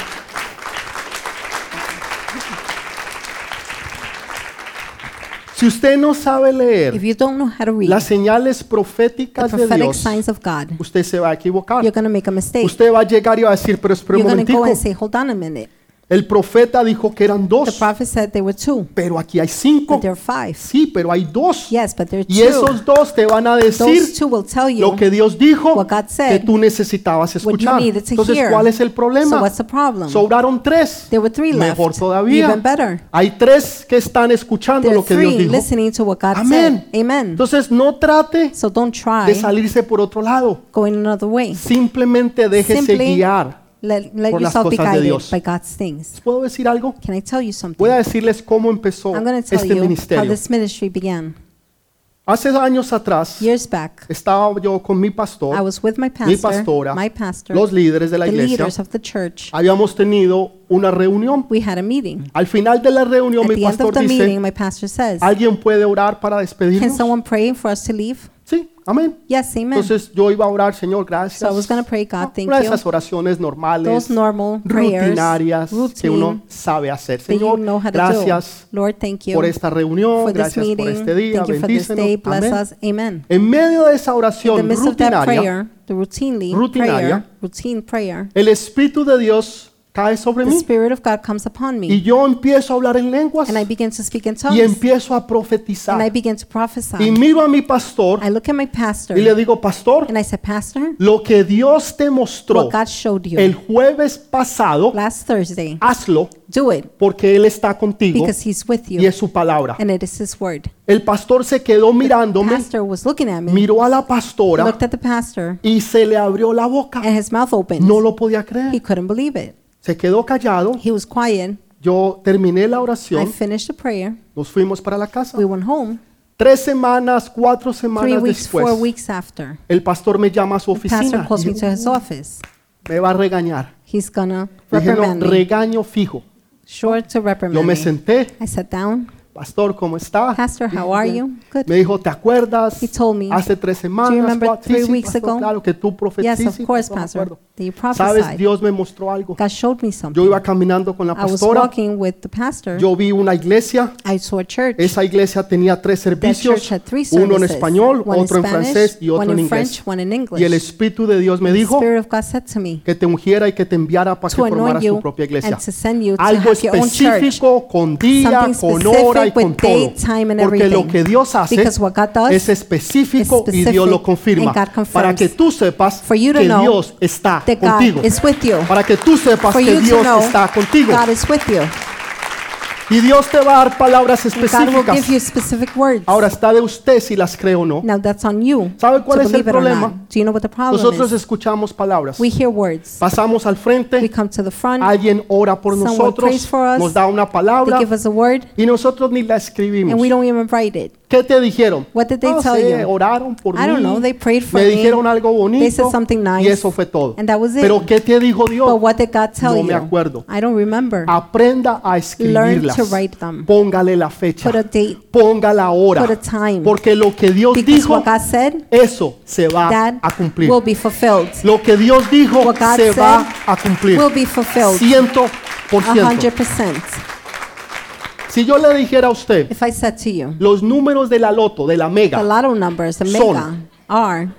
Si usted no sabe
If
leer
you don't know how to read
las señales
the
proféticas de
prophetic
Dios,
signs of God,
usted se va a equivocar.
you're going to make a mistake.
Usted va a llegar y va a decir, pero espera un
you're going to go
momentico.
and say, hold on a minute.
El profeta dijo que eran
The
dos,
prophet said there were two,
pero aquí hay
but
cinco.
there are five.
Sí, pero hay dos.
Yes, but there are
Y
two.
esos dos te van a
Those
decir
two will tell
lo
you
que Dios dijo
what God
que
said,
tú necesitabas
what you
escuchar.
needed to
Entonces,
hear.
¿cuál es el
So
problema?
what's the problem?
Sobraron tres.
There were three left.
Mejor todavía.
Even better.
Hay tres que están escuchando
There are
lo que Dios
three
dijo.
listening to what God
Amén.
said. Amen.
Entonces, no trate
So don't
de
try
salirse por otro lado.
going another way.
Simplemente déjese
Simply
guiar.
Let, let
por las
yourself be
cosas de
guided
Dios.
by God's things.
¿Puedo decir algo?
Can I tell you something?
Voy a decirles cómo empezó
I'm going to tell
este
you how
ministerio.
this ministry began.
Hace años atrás
Years back,
estaba yo con mi
I
pastor,
was with my pastor,
mi pastora,
my pastor,
los líderes de la
the
iglesia.
leaders of the church.
Habíamos tenido una reunión.
We had a meeting.
Al final de la reunión
At
mi
the end of
pastor
the meeting,
dice,
my pastor says,
¿alguien puede orar para
Can
despedirnos?
someone pray for us to leave?
Sí, amén.
Yes, amen.
Entonces yo iba a orar, Señor, gracias. Ah,
so I was going to pray, God, thank
Una de
you.
esas oraciones normales,
Those normal prayers,
rutinarias, que uno
routine,
sabe hacer.
that you
Señor,
know how to
gracias
do. Lord, thank you
por esta reunión,
for this
gracias
meeting.
por este día,
thank you for this day.
bendícenos.
Bless
Amén.
us. Amen.
En medio de esa
In the
oración
midst of that
rutinaria,
prayer, the routinely
rutinaria,
prayer, routine prayer,
el Espíritu de Dios cae sobre
the
mí
Spirit of God comes upon me,
y yo empiezo a hablar en lenguas
and I begin to speak in
y
tongues,
empiezo a
and I
profetizar.
begin to
Y
prophesy.
miro a mi pastor
I look at my pastor,
y le digo, pastor,
and I said, Pastor,
lo que Dios te mostró
what God showed you
el jueves pasado,
last Thursday,
hazlo
do it,
porque Él está contigo
because He's with
y
you,
es su palabra.
and it is His word.
El pastor se quedó mirándome,
pastor was looking at me,
miró a la pastora
looked at the pastor,
y se le abrió la boca.
and his mouth opened.
No lo podía
He
creer.
couldn't believe it.
Se quedó callado.
He was quiet.
Yo terminé la
I
oración,
finished the prayer.
nos fuimos para la casa.
We went home.
Tres semanas, cuatro
Three
semanas
weeks, four
después,
weeks after,
el pastor me llama a su
the pastor
oficina.
calls
y
me to his office.
me va a regañar.
He's gonna
Dije, no,
reprimand me.
regaño fijo.
Sure to
Yo
reprimand
me
me.
senté,
I sat down.
pastor, ¿cómo está?
Pastor, how are you? Good.
Me dijo, ¿te acuerdas?
He told me.
Hace tres
Do you
semanas,
remember
cuatro- sí,
three
sí,
weeks
pastor,
ago?
claro que tú
Yes,
profetizaste.
of course, Pastor. That you
Sabes,
prophesied.
Dios me mostró algo.
God showed me something.
Yo iba caminando con la
I was
pastora,
walking with the pastor.
yo vi una iglesia,
I saw a church.
esa iglesia tenía tres
That
servicios,
church had three
uno en
services,
español,
one in
otro en
Spanish,
francés y
one
otro en
in
inglés.
French, one in English.
Y el Espíritu de Dios me
The
dijo
Spirit of God said to me
que te ungiera y que te enviara para que
to
formaras
anoint
tu
you
propia iglesia.
and to send you to
Algo
have your own church.
específico, con día,
Something
con hora y
specific
con
with
todo.
date, time and
Porque lo
everything.
que Dios hace
Because what God does
es específico
is
y Dios lo
specific
confirma.
and God confirms.
Para que tú sepas
For you to
que
know
Dios está
that God
contigo.
is with you.
Para que tú sepas
For
que
you to
Dios
know
está contigo.
God is with you.
Y Dios te va a dar palabras
And God will give you
específicas.
specific words.
Ahora está de usted si las cree o no.
Now that's on you.
¿Sabe cuál
to
es el
believe it or
problema?
not. Do you know what the problem
Nosotros
is?
escuchamos palabras.
We hear words.
Pasamos al
We
frente.
come to the front.
Alguien ora por
Someone
nosotros.
prays for us.
Nos da una
They
palabra.
give us a word,
Y nosotros ni la escribimos.
and we don't even write it.
¿Qué te dijeron?
What did they
no
tell
sé,
you?
oraron por
I don't
mí.
know, they prayed for
me
me.
dijeron algo bonito.
They said something
Y
nice.
eso fue todo.
And that was it.
Pero ¿qué te dijo Dios?
But what did God tell
no
you?
me acuerdo. Ah,
I don't remember.
Aprenda a escribirlas.
to write them.
Póngale la fecha.
Put a date.
Ponga la hora.
Put a time.
Porque lo que Dios
Because
dijo,
what God said,
eso se va
that
a cumplir.
will be fulfilled.
Lo que Dios dijo
What God
se
said
va a cumplir.
will be fulfilled.
Ciento por
A
ciento.
hundred percent.
Si yo le dijera a usted
If I said to you,
los números de la loto, de la
the
mega,
lotto numbers, the
Son.
mega, are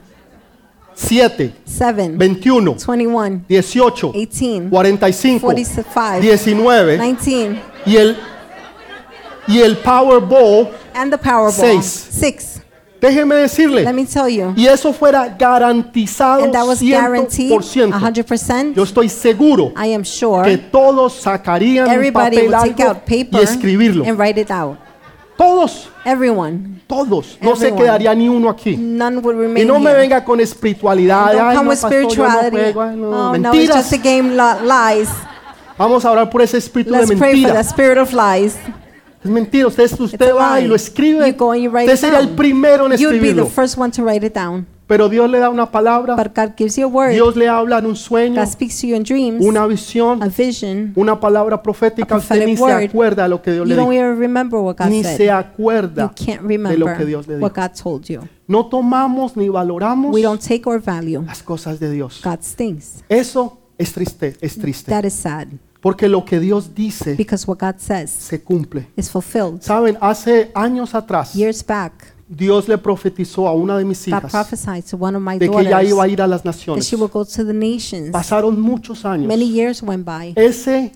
7,
7,
21,
21,
18,
18,
45,
45,
19
19,
y el y el Powerball,
and the Powerball.
Seis.
6.
déjeme
Let
decirle,
me tell you.
y eso fuera garantizado
And that was guaranteed
100%.
100%.
Yo estoy seguro
I am
que
sure
todos sacarían un
everybody
papel
will take
algo
out
y
paper
escribirlo.
and write it out.
Todos,
Everyone.
todos, no se
Everyone.
quedaría ni uno aquí.
None would
Y
remain
no me
here.
venga con espiritualidad,
Don't
ay,
come
no,
with
pastor, yo no
spirituality.
juego, ay, no,
oh, no, it's
mentiras.
just a game, li- lies.
Vamos a orar por ese espíritu de
Let's pray for the
mentira.
spirit of lies.
Es mentira, usted, usted
a
va y
lie.
lo escribe.
You go and you write
usted
it
sería el
down.
primero en
You'd be the
escribirlo.
first one to write it down.
Pero Dios le da una palabra,
But God gives you a word.
Dios le habla en un sueño,
God speaks to you in dreams,
una visión,
a vision.
una palabra profética.
a
Usted ni
prophetic
se
word.
acuerda de lo que Dios
You
le
don't
dijo.
even remember what God
Ni se
said. You
acuerda
can't
de lo que
remember
Dios le dijo.
what God told you.
No tomamos ni valoramos
We don't take or value
las cosas de Dios.
God's things.
Eso es triste, es triste.
That is sad
Porque lo que Dios dice
because what God says
se cumple.
is fulfilled.
Saben, hace años atrás,
Years back,
Dios le profetizó a una de mis
God
hijas
prophesied to one of my
de que ella iba a
daughters
ir a las
that
naciones.
she will go to the nations.
Pasaron muchos años.
Many years went by.
Ese,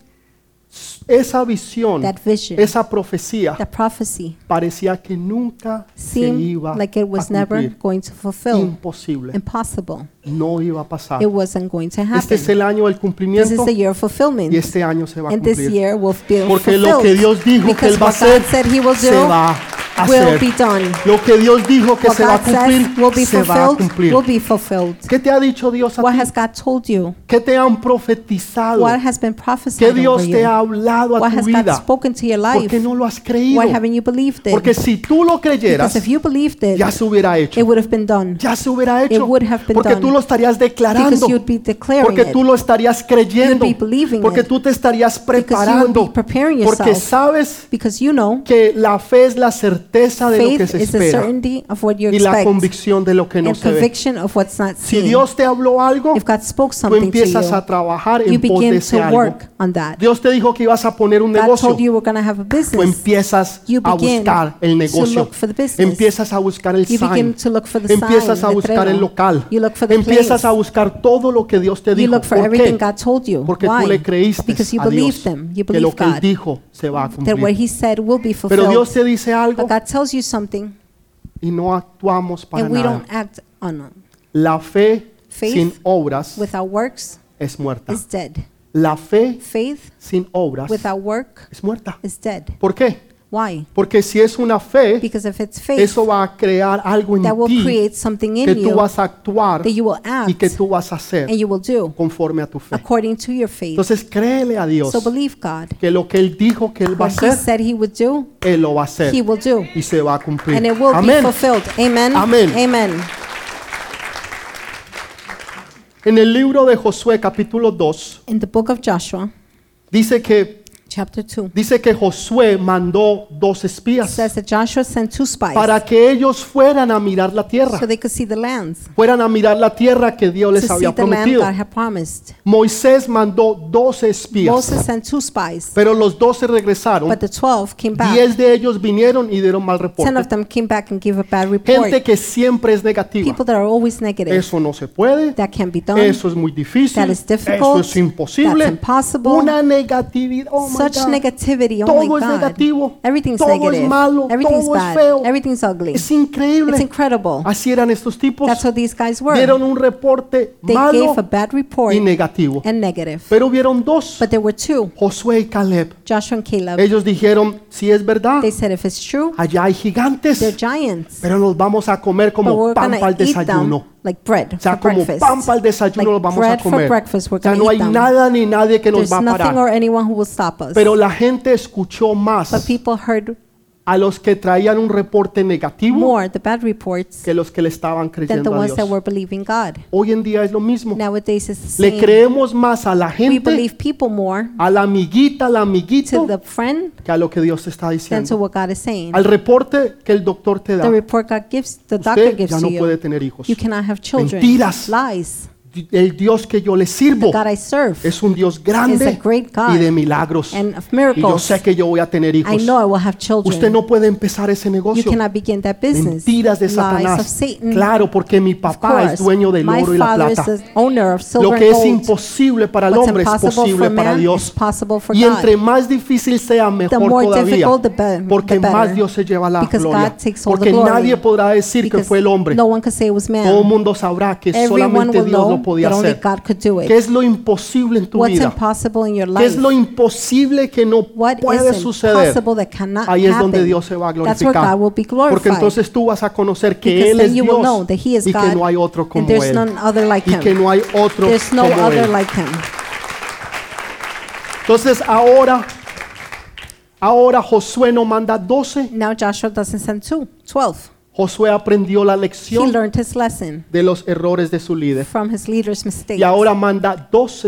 esa visión,
That vision.
esa profecía,
That prophecy
parecía que nunca se
seemed
iba
like it was
a
never
cumplir.
going to fulfill.
Imposible.
Impossible.
No iba a pasar.
It wasn't going to
Ah. Este
happen.
es el año del
This is
cumplimiento
the year of fulfillment.
y este año se va a
And this
cumplir.
year will be
Porque lo
fulfilled.
que Dios dijo que Él
because
va a
what God
hacer,
said he will
se
do
va a hacer.
will be done.
Lo que Dios dijo que
What
se va a
God says will
cumplir,
be
se va a
fulfilled
cumplir.
will be fulfilled.
¿Qué te ha dicho Dios a
What
ti?
has God told you?
¿Qué te han profetizado?
What has been
¿Qué
prophesied over
Dios te ha
you?
hablado a
What
tu
has God
vida?
spoken to your
¿Por
life?
qué no lo has
Why
creído?
haven't you believed
Porque
it?
si tú lo creyeras,
Because if you believed it,
ya se hubiera
it
hecho.
would have been done.
Ya se hubiera hecho.
would have been
Porque
done.
tú lo estarías
Because
declarando.
you'd be declaring
Porque tú
it.
lo estarías creyendo.
You'd be believing
Porque
it.
tú te estarías
you would be
preparando.
preparing
Porque
yourself.
sabes
Because you know,
que la fe es la certeza de lo
faith
que se
is the
espera
certainty of what you
y la
expect and
convicción de lo que no se ve.
conviction of what's not
Si
seen.
Dios te habló algo,
If God spoke
Oh, tú
something to
empiezas a
you,
trabajar
you
en pos de
begin
ese
to
algo.
work on that.
Dios te dijo que ibas a poner un
God
negocio.
told you we're going to have a
Tú
business.
empiezas
You
a
begin
buscar el
to
negocio.
look for the business.
Empiezas a buscar el
You begin
sign.
to look for the
Empiezas
sign,
a
the
buscar el
letrero.
local.
You look for the
Empiezas
place.
a buscar todo lo que Dios te
You
dijo.
look for
¿Por
everything
qué?
God told you.
Porque
Why?
tú le creíste
Because you
a Dios
believed Him. You
que lo
believed
que Él
God.
dijo se va a
That what
cumplir.
He said will be
Pero Dios
fulfilled.
te dice algo
But God tells you something
y no actuamos para
and we
nada.
don't act on it.
La fe
Faith
sin obras
Without works
es muerta.
is dead.
La fe
Faith
sin obras
without work
es muerta.
is dead.
¿Por qué?
Why?
Porque si es una fe,
Because if it's faith,
eso va a crear algo en
that will
ti
create something
que
in
tú
you
vas a actuar
that you will
y
act
que tú vas a hacer
and you will do
conforme a tu fe.
according to your faith.
Entonces créele a Dios
So believe God.
que lo que Él dijo que Él va a
What He
hacer,
said He would do,
Él lo va a hacer
He will do.
y se va a cumplir.
And it will be
Amén.
fulfilled. Amen.
Amén.
Amen.
En el libro de Josué capítulo 2
In the book of Joshua,
dice que
chapter 2.
Dice que Josué mandó dos
It
espías
says that Joshua sent two spies
para que ellos fueran a mirar la tierra,
so they could see the lands,
fueran a mirar la tierra que Dios
to
les
see
había
the land
prometido.
God had promised.
Moisés mandó 12 espías,
Moses sent two spies,
pero los 12 regresaron.
but the 12 came back.
10 de ellos vinieron y dieron mal
10
reporte.
of them came back and gave a bad report.
Gente que siempre es negativa.
People that are always negative.
Eso no se puede.
That can be done.
Eso es muy difícil.
That is difficult.
Eso es
That's
imposible.
impossible.
Una negatividad. Oh my
Such
God.
negativity. Oh
Todo
my
es
God.
negativo.
Everything's
Todo es
negative.
malo.
Everything's
Todo es
bad.
feo.
Everything's ugly.
Es increíble.
It's incredible.
Así eran estos tipos.
That's how these guys were.
Dieron un reporte
they
malo
gave a bad report
y negativo.
and negative.
Pero hubieron dos,
But there were two,
Josué y Caleb.
Joshua and Caleb.
Ellos dijeron, si es verdad,
They said if it's true,
allá hay
they're
gigantes,
giants.
pero nos vamos a comer
But
como
we're
pan
gonna
para el
eat
desayuno.
them like bread
O sea,
for
como
breakfast.
pan para el desayuno los
like
vamos a
bread for
comer.
breakfast,
O
we're
sea,
gonna
no
eat
hay
them.
nada ni nadie que nos
There's
va a
nothing or
parar.
anyone who will stop us.
Pero la gente escuchó
but
más
people heard
a los que traían un reporte negativo
more the bad reports
que los que le estaban
than the
creyendo a
ones that
Dios.
were believing God.
Hoy en día es lo mismo.
Nowadays it's the
Le
same.
creemos más a la
we
gente,
believe people more
a la amiguita, al
to
amiguito,
the friend
que a lo que Dios te está
than to
diciendo.
what God is saying.
Al reporte que el doctor te da.
The report God gives, the doctor
Usted
gives
ya
to
no
you.
puede tener hijos.
You cannot have children.
Mentiras.
Lies.
Di- El Dios que yo le sirvo
God I serve
es un Dios
is
grande
a great God
y de milagros.
and of
Y yo
miracles.
sé que yo voy a tener
I
hijos.
know I will have children.
Usted no puede empezar ese
you
negocio.
cannot begin that business.
Mentiras de
Lies of
Satanás.
Satan.
Claro, porque mi
Of
papá es
course.
dueño del
My
oro y la
father is
plata.
the owner of silver
Lo que
and
es
gold.
imposible para el
What's
hombre es
impossible
posible
for
para
man
Dios.
is possible for
Y
God.
entre más difícil sea, mejor
more
todavía.
difficult, the be-
Porque
the better.
más Dios se lleva la
Because
gloria.
God takes all the
Porque
glory.
nadie podrá decir que
Because
fue el hombre.
No one could say it was man.
Todo el mundo sabrá que
Everyone
solamente
will
Dios
know
lo podía
that only
hacer.
God could do it.
¿Qué es lo imposible en tu
What's
vida?
impossible in your
¿Qué
life?
es lo imposible que no
What
puede
is
suceder?
impossible that cannot
Ahí es
happen?
donde Dios se va a
That's where
glorificar.
God will be
Porque
glorified.
entonces tú vas a conocer que
Because
Él
then
es
you will know that He
Dios
is
y que
God
no hay otro
and
como
there's
Él.
none other like
Y que
Him.
no hay otro
There's no
como
other
Él.
like Him.
Entonces ahora, ahora Josué no manda 12.
Now Joshua doesn't send two, 12.
Josué aprendió la
He
lección
learned his lesson
de los errores de su líder.
from his leader's mistakes.
Y ahora manda dos
Now he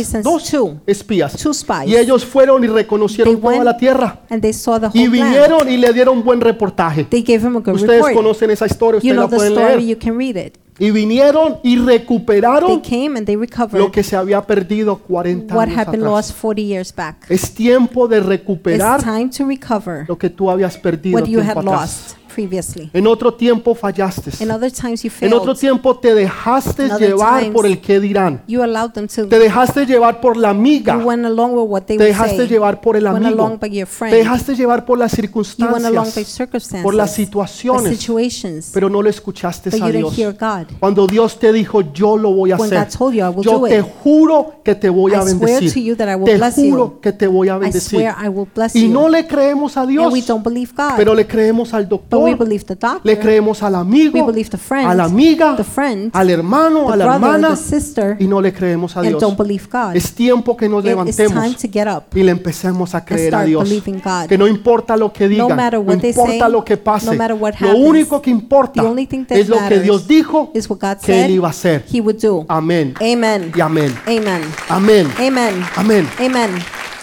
espías.
sends
Dos
two.
espías.
Two spies.
Y ellos fueron y
They
reconocieron toda
went
la tierra.
and they saw the whole
Y
land.
vinieron y le dieron buen reportaje.
They gave him a good
Ustedes
report.
conocen esa historia,
you
ustedes
know
la
the
pueden
story,
leer.
you can read it.
Y vinieron y
They
recuperaron
came and they recovered
lo que se había perdido 40
what
años
had been lost
atrás.
40 years back.
Es tiempo de
It's
recuperar
time to recover
lo que tú habías perdido
what you
tiempo
had
atrás.
lost previously.
En otro tiempo fallaste.
In other times you
En otro
failed.
tiempo te dejaste
In other
llevar
times-
por el que dirán.
You allowed them to
Te dejaste llevar por la
You
amiga.
went along with what they
Te
were
dejaste llevar por el
went
amigo.
along by your
Te
friend.
dejaste llevar por las
you went along by
circunstancias,
circumstances,
por las
by
situaciones,
situations,
pero no le escuchaste
but
a
you didn't
Dios.
hear God.
Cuando Dios te dijo, yo lo voy a
When
hacer.
God told you, "I will
Yo
do
te
it",
juro que te voy a
I swear to
bendecir.
you that I will
Te
bless
juro
you.
que te voy a
I
bendecir.
swear I will bless
Y
you.
no le creemos a Dios,
and we don't believe God,
pero le creemos al
but we
doctor,
believe the doctor,
le creemos al
we
amigo,
believe the friend,
a la amiga,
the friend,
al hermano,
the
a la
brother,
hermana,
the sister,
y no le creemos a
and
Dios.
don't believe God.
Es tiempo que nos
it is time
levantemos
to get up.
y le empecemos a creer a
start
Dios.
believing God.
Que no importa lo que digan, no
matter what they
importa
say,
lo que pase,
no matter what
lo
happens,
único que importa
the only thing that
es lo que
matters
Dios dijo
Is what God
que
said
Él iba a hacer.
He would do.
Amén.
Amen.
Y amén.
Amen.
Amén.
Amen.
Amén.
Amen.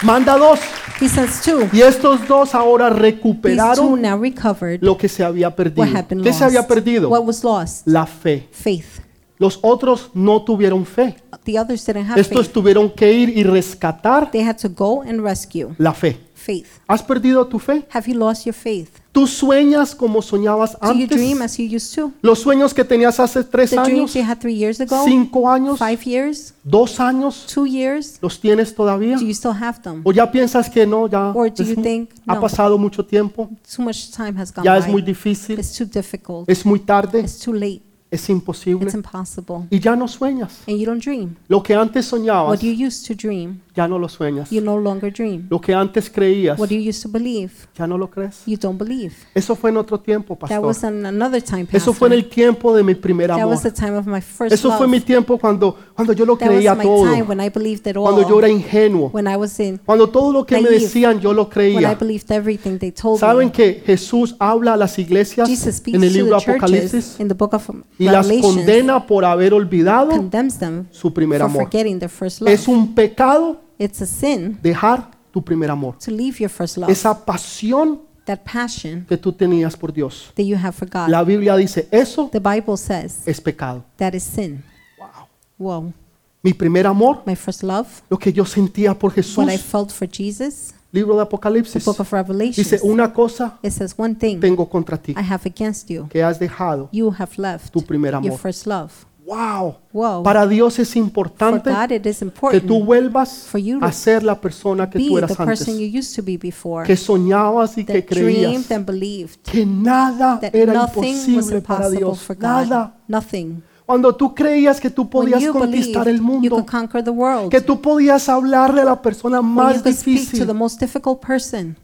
Manda dos.
He sends two.
Y estos dos ahora
These two
recuperaron
now recovered
lo que se había perdido.
what had been
¿Qué
lost.
se había perdido?
What was lost?
La fe.
Faith.
Los otros no tuvieron fe.
The others didn't have
Estos
faith.
tuvieron que ir y rescatar
They had to go and rescue
la fe.
faith.
¿Has perdido tu fe?
Have you lost your faith?
¿Tú sueñas como soñabas
Do you dream
antes?
as you used to?
Los sueños que tenías hace tres
The dreams
años,
you had three years ago,
cinco años,
five years,
dos años,
two years,
¿los tienes todavía?
do you still have them?
¿O ya piensas que no? Ya
Or do
es
you
mu-
think,
ha
no.
pasado mucho tiempo,
Too much time has gone
ya es muy
by.
difícil,
It's too difficult.
es muy tarde,
It's too late.
es imposible
It's impossible.
y ya no sueñas.
And you don't dream.
Lo que antes soñabas,
What you used to dream,
ya no lo sueñas.
you no longer dream.
Lo que antes creías,
What you used to believe,
ya no lo crees.
you don't believe.
Eso fue en otro tiempo,
That
pastor.
was in another time,
Eso fue en
Pastor.
el tiempo de mi primer
That
amor.
was the time of my first
Eso fue mi
love.
tiempo cuando, cuando yo lo
That was
creía
my
todo,
time when I believed it all.
cuando yo era ingenuo,
when I was in,
cuando todo lo que me
naive,
decían yo lo
when I
creía.
believed everything they told
¿Saben
me.
que Jesús habla a las iglesias
Jesus speaks
en el
to
libro
the churches
Apocalipsis
in the book of
y las
Revelation,
condena por haber olvidado
condemns them
su primer
for
amor?
forgetting their first love.
Es un pecado
it's a sin
dejar tu primer amor,
to leave your first love,
esa pasión
that passion
que tú tenías por Dios.
that you have for God.
La Biblia dice, eso
The Bible says
es pecado.
that is sin.
Wow.
Whoa.
Mi primer amor,
My first love,
lo que yo sentía por Jesús,
what I felt for Jesus,
libro de
the
Apocalipsis,
book of Revelation.
dice, una cosa
It says one thing
tengo contra ti,
I have against you.
que has dejado
You have left
tu primer
your
amor.
first love.
Wow.
Whoa.
Para Dios es
For
importante
God, it is
que tú
important
vuelvas
for you to
a ser la persona que
be
tú
the
eras
person you
antes,
used to be before,
que soñabas y que
that dreamed
creías
and believed
que nada
that
era
nothing was
imposible para
impossible
Dios,
for God.
nada.
Nothing.
Cuando tú creías que tú
When
podías
you
conquistar el
believed, you
mundo,
could conquer the world.
que tú podías hablarle a la persona
When you
más
could speak to the
difícil
most difficult person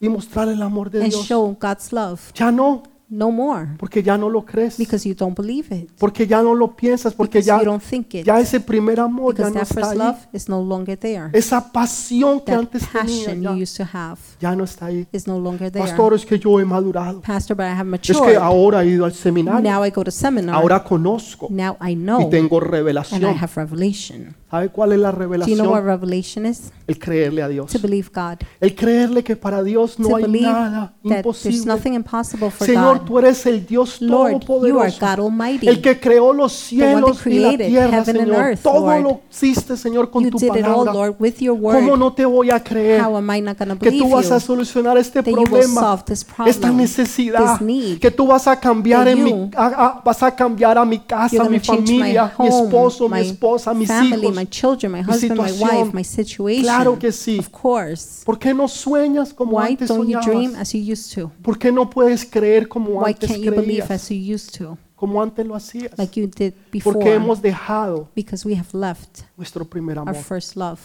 y mostrar el amor de
and
Dios.
show God's love.
Ya no,
No more.
porque ya no lo crees,
Because you don't believe it.
porque ya no lo piensas, porque
Because
ya,
you don't think it.
ya ese primer amor ya
Because
no
that
está
first
ahí.
love is no longer there.
Esa pasión que
That
antes tenía
passion you
ya,
used to have
ya no está ahí.
is no longer there.
Pastor, es que yo he madurado.
Pastor, but I have
Es que
matured.
ahora he ido al seminario.
Now I go to seminar.
Ahora conozco
Now
y
I know.
tengo
And I
revelación.
have revelation.
¿Sabe cuál es la
Do you know what
revelación?
revelation is?
El creerle a Dios.
To believe God.
El creerle que para Dios
to
no hay
believe
nada
that there's
imposible.
nothing impossible for
Señor,
God.
tú eres el Dios
Lord, you are
todopoderoso.
God Almighty.
El que creó los
one that
cielos y la
created
tierra,
heaven and
Señor.
earth,
Todo
Lord.
lo hiciste, Señor, con
you
tu
did it all,
palabra.
Lord, with your word.
¿Cómo no te voy a creer
How am I not going to
que
believe
tú vas a
you?
solucionar este
that you will
problema,
solve this
esta
problem,
necesidad,
this need,
que tú vas a cambiar
that
en mi,
you-
a- a- vas a cambiar a mi
You're
casa,
going
mi
to change my
familia, mi
home,
esposo, mi
my
esposa, mis
family,
hijos.
my children, my
mi
husband, my
situación.
wife, my situation.
Claro que sí.
Of course.
¿Por qué no sueñas como
Why
antes
don't you dream
soñabas?
as you used to?
¿Por qué no puedes creer como
Why
antes
can't you believe
creías,
as you used to,
como antes lo hacías?
like you did
Porque
before?
hemos dejado
Because we have left
nuestro primer
our
amor.
first love.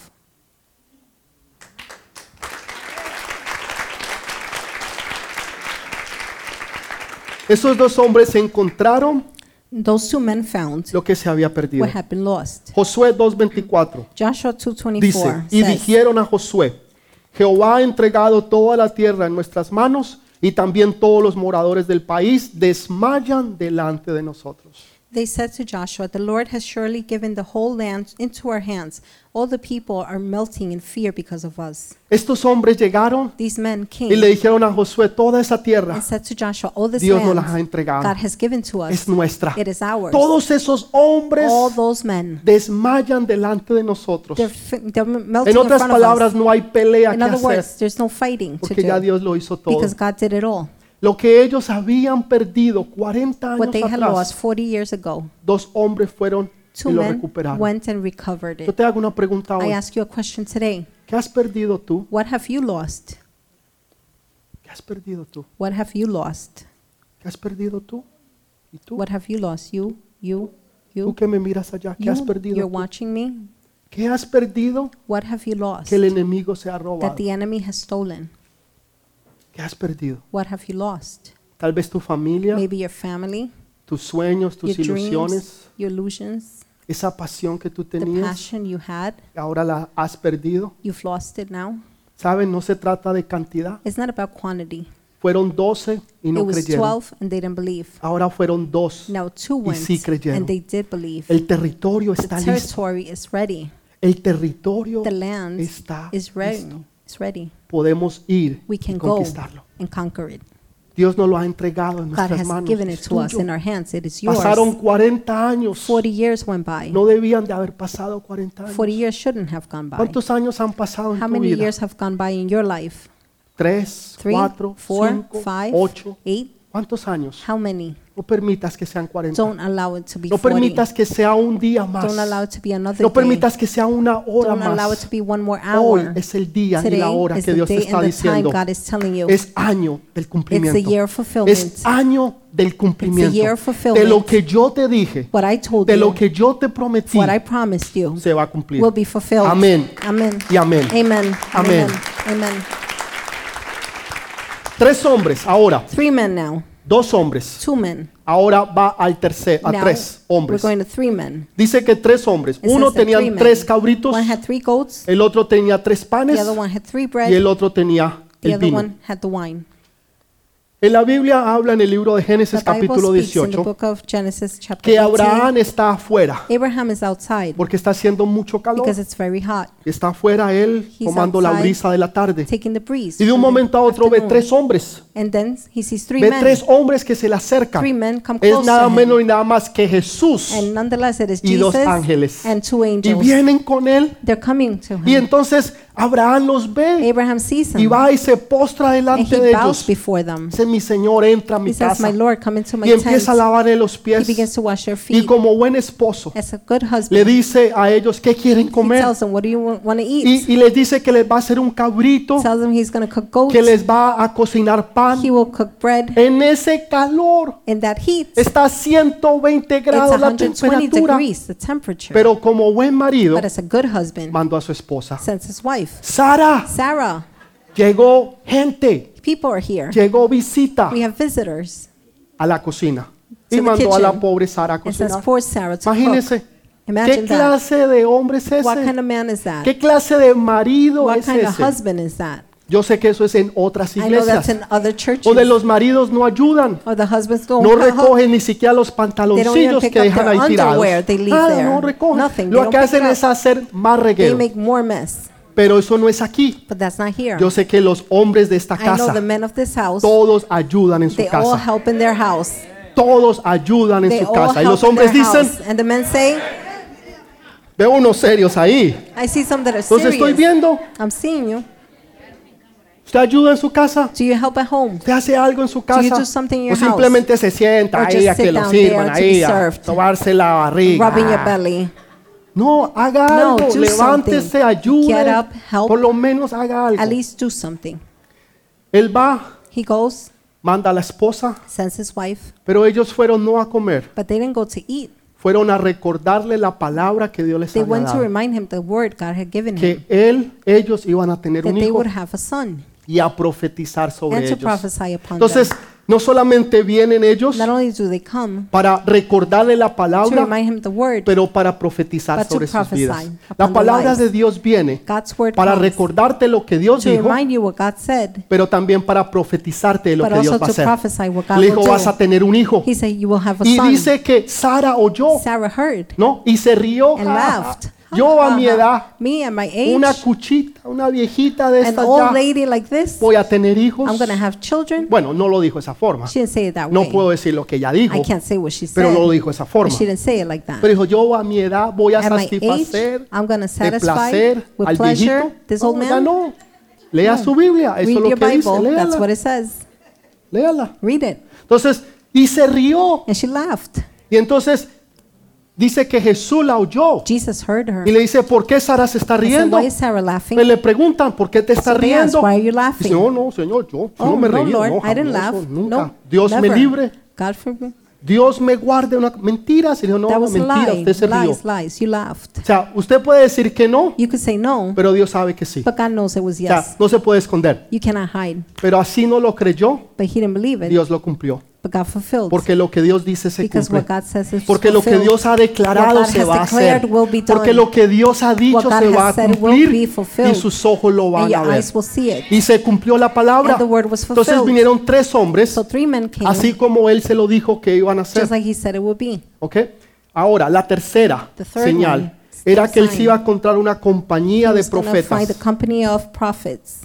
Esos dos hombres encontraron
Those two men found
lo que se había perdido.
what had been lost.
Josué 2:24
Joshua
dice,
2:24
y
says,
dijeron a Josué, Jehová ha entregado toda la tierra en nuestras manos y también todos los moradores del país desmayan delante de nosotros.
They said to Joshua, The Lord has surely given the whole land into our hands. All the people are melting in fear because of us.
Estos hombres llegaron
These men came
y le dijeron a Josué, toda esa tierra
and said to Joshua, All this
Dios nos
land
las ha
God
entregado,
has given to us
es nuestra.
It is ours.
Todos esos hombres
All those men,
desmayan delante de nosotros.
they're, fi- they're melting
En otras
in front
palabras,
of us.
no hay pelea
In
que
other
hacer
words, there's no fighting to
porque ya
do
Dios lo hizo todo.
because God did it all.
Lo que ellos habían perdido 40
What
años
they had
atrás,
lost 40 years ago,
dos hombres fueron y
two
lo
men
recuperaron.
went and recovered
Yo
it.
te hago una pregunta
I
hoy.
ask you a question today.
¿Qué has perdido tú?
What have you lost?
¿Qué has perdido tú?
What have you lost?
¿Qué has perdido tú? ¿Y tú?
What have you lost? You, you,
Tú
you,
que me miras allá, ¿qué has
you. You're
perdido? tú?
watching me.
¿Qué has perdido
What have you lost
que el enemigo se ha
that
robado?
the enemy has stolen?
¿Qué has perdido?
What have you lost?
Tal vez tu familia,
Maybe your family,
tus sueños,
your
tus
dreams,
ilusiones,
your illusions,
esa pasión que tú
the
tenías,
passion you had.
ahora la has perdido.
You've lost it now.
¿Saben? No se trata de cantidad.
It's not about quantity.
Fueron 12 y
it
no
was
creyeron.
12 and they didn't believe.
Ahora fueron dos.
Now two
Y
went
sí creyeron.
and they did believe.
El territorio está
the
listo.
territory is ready.
El territorio
The land
está
is ready.
listo.
It's ready.
Podemos ir
We
y
can go
conquistarlo.
and conquer it.
Dios nos lo ha entregado en
God
nuestras
has
manos.
given it
es
to us
tuyo.
in our hands. It is yours.
Pasaron 40 años.
40 years went by.
No debían de haber pasado 40 años.
40 years shouldn't have gone by.
¿Cuántos años han pasado en
How
tu
many
vida?
years have gone by in your life?
3,
Three,
4,
four,
5,
five,
8.
eight?
¿Cuántos años?
How many?
No permitas que sean 40.
Don't allow it to be
No
40.
permitas que sea un día más.
Don't allow it to be another
No
day.
permitas que sea una hora
Don't allow
más.
it to be one more
Hoy
hour.
es el día y
Today
la hora
is
que
the
Dios te
day
está
and the time
diciendo.
God is telling you.
Es año del cumplimiento.
year of fulfillment.
Es año del cumplimiento.
year of fulfillment.
De lo que yo te dije,
What I told
de
you,
lo que yo te prometí,
what I promised you,
se va a cumplir.
will be fulfilled.
Amén.
Amen.
Y amén.
Amen.
Amén.
Amen.
Tres hombres, ahora,
Three men now.
dos hombres.
Two men.
Ahora va al tercer, a
now
tres
we're
hombres.
going to three men.
Dice que tres hombres.
It
Uno
says that three
tenían
men.
tres cabritos,
One had three goats.
el otro tenía tres panes
The other one had three bread.
y el otro tenía
the
el
other
vino.
one had the wine.
En la Biblia habla en el libro de Génesis
the Bible
capítulo
speaks in the
18
book of Genesis chapter
que
18.
Abraham está afuera
Abraham is outside
porque está haciendo mucho calor.
because it's very hot.
Está afuera él
He's
tomando la
outside.
brisa de la tarde.
taking the breeze.
Y de un
from the
momento a otro ve
afternoon.
tres hombres.
And then he sees three
Ve
men.
tres hombres que se le acercan.
Three men come
Es
close
nada
to him.
menos y nada más que Jesús
And nonetheless, it is
y dos
Jesus
ángeles.
and two
Y
angels.
vienen con él.
They're coming to
Y
him.
entonces Abraham los ve
Abraham sees
y
them.
va y se postra
And
delante
he
de
bows
ellos.
before them.
Dice, mi Señor, entra a mi
He says,
casa.
My Lord, come into my
Y empieza a
tent.
lavarle los
He
pies.
begins to wash
Y
your feet.
como buen esposo,
As a good husband,
le dice a ellos qué quieren
he
comer.
tells them, What do you want to eat?
Y, y les dice que les va a hacer un cabrito,
Tells them he's going to cook
que
goats.
les va a cocinar pan.
He will cook bread
En ese calor
in that heat. It's
está a 120 grados la
120
temperatura.
degrees, the temperature.
Pero como buen marido,
But as a good husband,
mandó a su esposa.
sends his wife.
Sara,
Sarah,
llegó gente,
people are here.
llegó visita
We have visitors.
a la cocina.
To
Y
the
mandó a la
kitchen.
pobre Sara a
It says,
cocinar.
poor Sarah to cook.
Imagínense, ¿qué
Imagine that.
clase de hombre es
What kind
ese?
of man is that?
¿Qué clase de marido
What
es
kind of
ese?
husband is that?
Yo sé que eso es en otras
I know that's
iglesias.
in other
O de
churches.
los maridos no ayudan.
Or the husbands don't
No
help.
recogen ni siquiera los pantaloncillos
pick
que
up
dejan
their
ahí tirados.
underwear, they leave
Nada,
there.
no recogen.
Nothing,
Lo
they
que
don't pick
hacen
it
es
up.
hacer más
They
reguero.
make more mess.
Pero eso no es aquí.
But that's not here.
Yo sé que los hombres de esta
I know
casa,
the men of this house,
todos ayudan en su
they all
casa.
help in their house.
Todos ayudan en
They
su
all
casa. Y los
help in
hombres
their
dicen,
house. And the men say,
veo unos serios ahí.
I see some that are
Entonces estoy
serious.
viendo,
I'm seeing you.
usted ayuda en su casa.
Do you help at home?
Usted hace algo en su casa.
do something in
O
your house?
simplemente se sienta
Or
ahí
just
a que
sit
lo
down
sirvan
there to be
ahí, a
served?
tomarse la
Rubbing your
barriga.
belly.
No, haga
No,
algo,
do
levántese,
something.
ayude,
Get up, help.
por lo menos haga
At
algo.
least do something.
Él va,
He goes,
manda a la esposa,
sends his wife,
pero ellos fueron no a comer,
but they didn't go to eat.
fueron a recordarle la palabra que Dios les
They
había
went to
dado,
remind him the word God had given him,
que él, ellos iban a tener
that
un
they
hijo
would have a son,
y a profetizar sobre
and to
ellos.
prophesy upon
Entonces,
them.
no solamente vienen ellos
Not only do they come
para recordarle la
to
palabra,
remind him the word,
pero para profetizar
But to
sobre sus
prophesy
vidas.
upon
La
their
palabra
lives.
de Dios viene
God's word
para
comes
recordarte lo que Dios
to
dijo,
remind you what God said,
pero también para profetizarte de lo
but
que
also
Dios va
to
a hacer.
prophesy what God
Le dijo,
will
vas a
do.
tener un hijo.
He said, "You will have a
Y
son."
dice que Sara oyó,
Sarah heard
¿no? Y se rió.
and
Ah,
laughed. Ah,
Yo a mi edad,
me at my age,
una cuchita, una viejita de
an
estas ya,
old lady like this,
voy a tener hijos.
I'm gonna have children.
Bueno, no lo dijo de esa forma.
She didn't say it that
No
way.
puedo decir lo que ella dijo,
I can't say what she
pero
said.
no lo dijo de esa
but
forma.
she didn't say it like that.
Pero dijo, yo a mi edad voy a
At my age,
satisfacer
I'm gonna
de
satisfy
placer
with
al viejito.
pleasure this
No,
old
ya
man.
no. Lea su Biblia, eso es
Read
lo
your
que dice,
Bible. That's what
léala,
it says.
léala.
Read it.
Entonces, y se rió.
And she laughed.
Y entonces dice que Jesús la oyó
Jesus heard her.
y le dice, ¿por qué Sara se está
I said,
riendo?
why is Sarah laughing?
Me le preguntan, ¿por qué te estás
So they asked,
riendo?
why are you
Y Dice, "Oh,
laughing?
no, no, Señor, yo, yo no
oh,
me
no,
reí.
Lord,
no,
I didn't
jamás,
laugh.
eso nunca.
No,
Dios me
never.
libre.
God forbid.
Dios me guarde una mentira. Y dijo, no,
that
no,
was a
mentira,
lie.
usted se rió.
Lies,
O
lies. You laughed.
sea, usted puede decir que no,
You could say no,
pero Dios sabe que sí.
but God knows it was
O sea,
yes.
no se puede esconder.
You cannot hide.
Pero así no lo creyó,
But he didn't believe it.
Dios lo cumplió.
But God fulfilled.
Porque lo que Dios dice se
because what
cumple.
God says is
Porque lo que
fulfilled.
Dios ha declarado
What God
se
has
va a
declared
hacer.
will be done.
Porque lo que Dios ha dicho
God
se
has
va a
said will be
cumplir
fulfilled.
y sus ojos lo
and
van
your
a ver.
eyes will see it.
Y se cumplió la palabra.
And the word was
Entonces
fulfilled.
vinieron tres hombres,
So three men came,
así como él se lo dijo que iban a hacer.
just like he said it would be.
¿Ok? Ahora, la tercera
The third
señal
one,
era
third
que él se
sign.
iba a encontrar una compañía de
He's gonna find a
profetas.
company of prophets.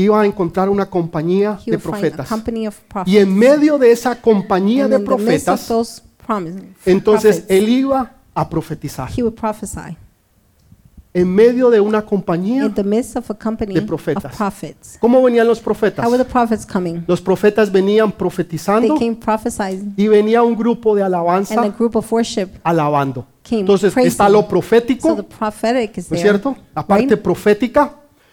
Iba a encontrar una compañía
He
de
would find a
profetas.
company of prophets.
Y en medio de esa compañía
And
de
in the midst of
profetas,
those promi-
entonces
prophets,
él iba a profetizar.
he would prophesy.
En medio de una compañía
In the midst of a company
de
of
profetas.
prophets.
¿Cómo venían los profetas?
How were the prophets coming?
Los profetas venían profetizando
They came prophesying,
y venía un grupo de
and a
alabanza
group of worship.
alabando.
came
Entonces
praising.
está lo
So
profético,
the prophetic is
¿no es
there,
cierto? La parte
right?
profética,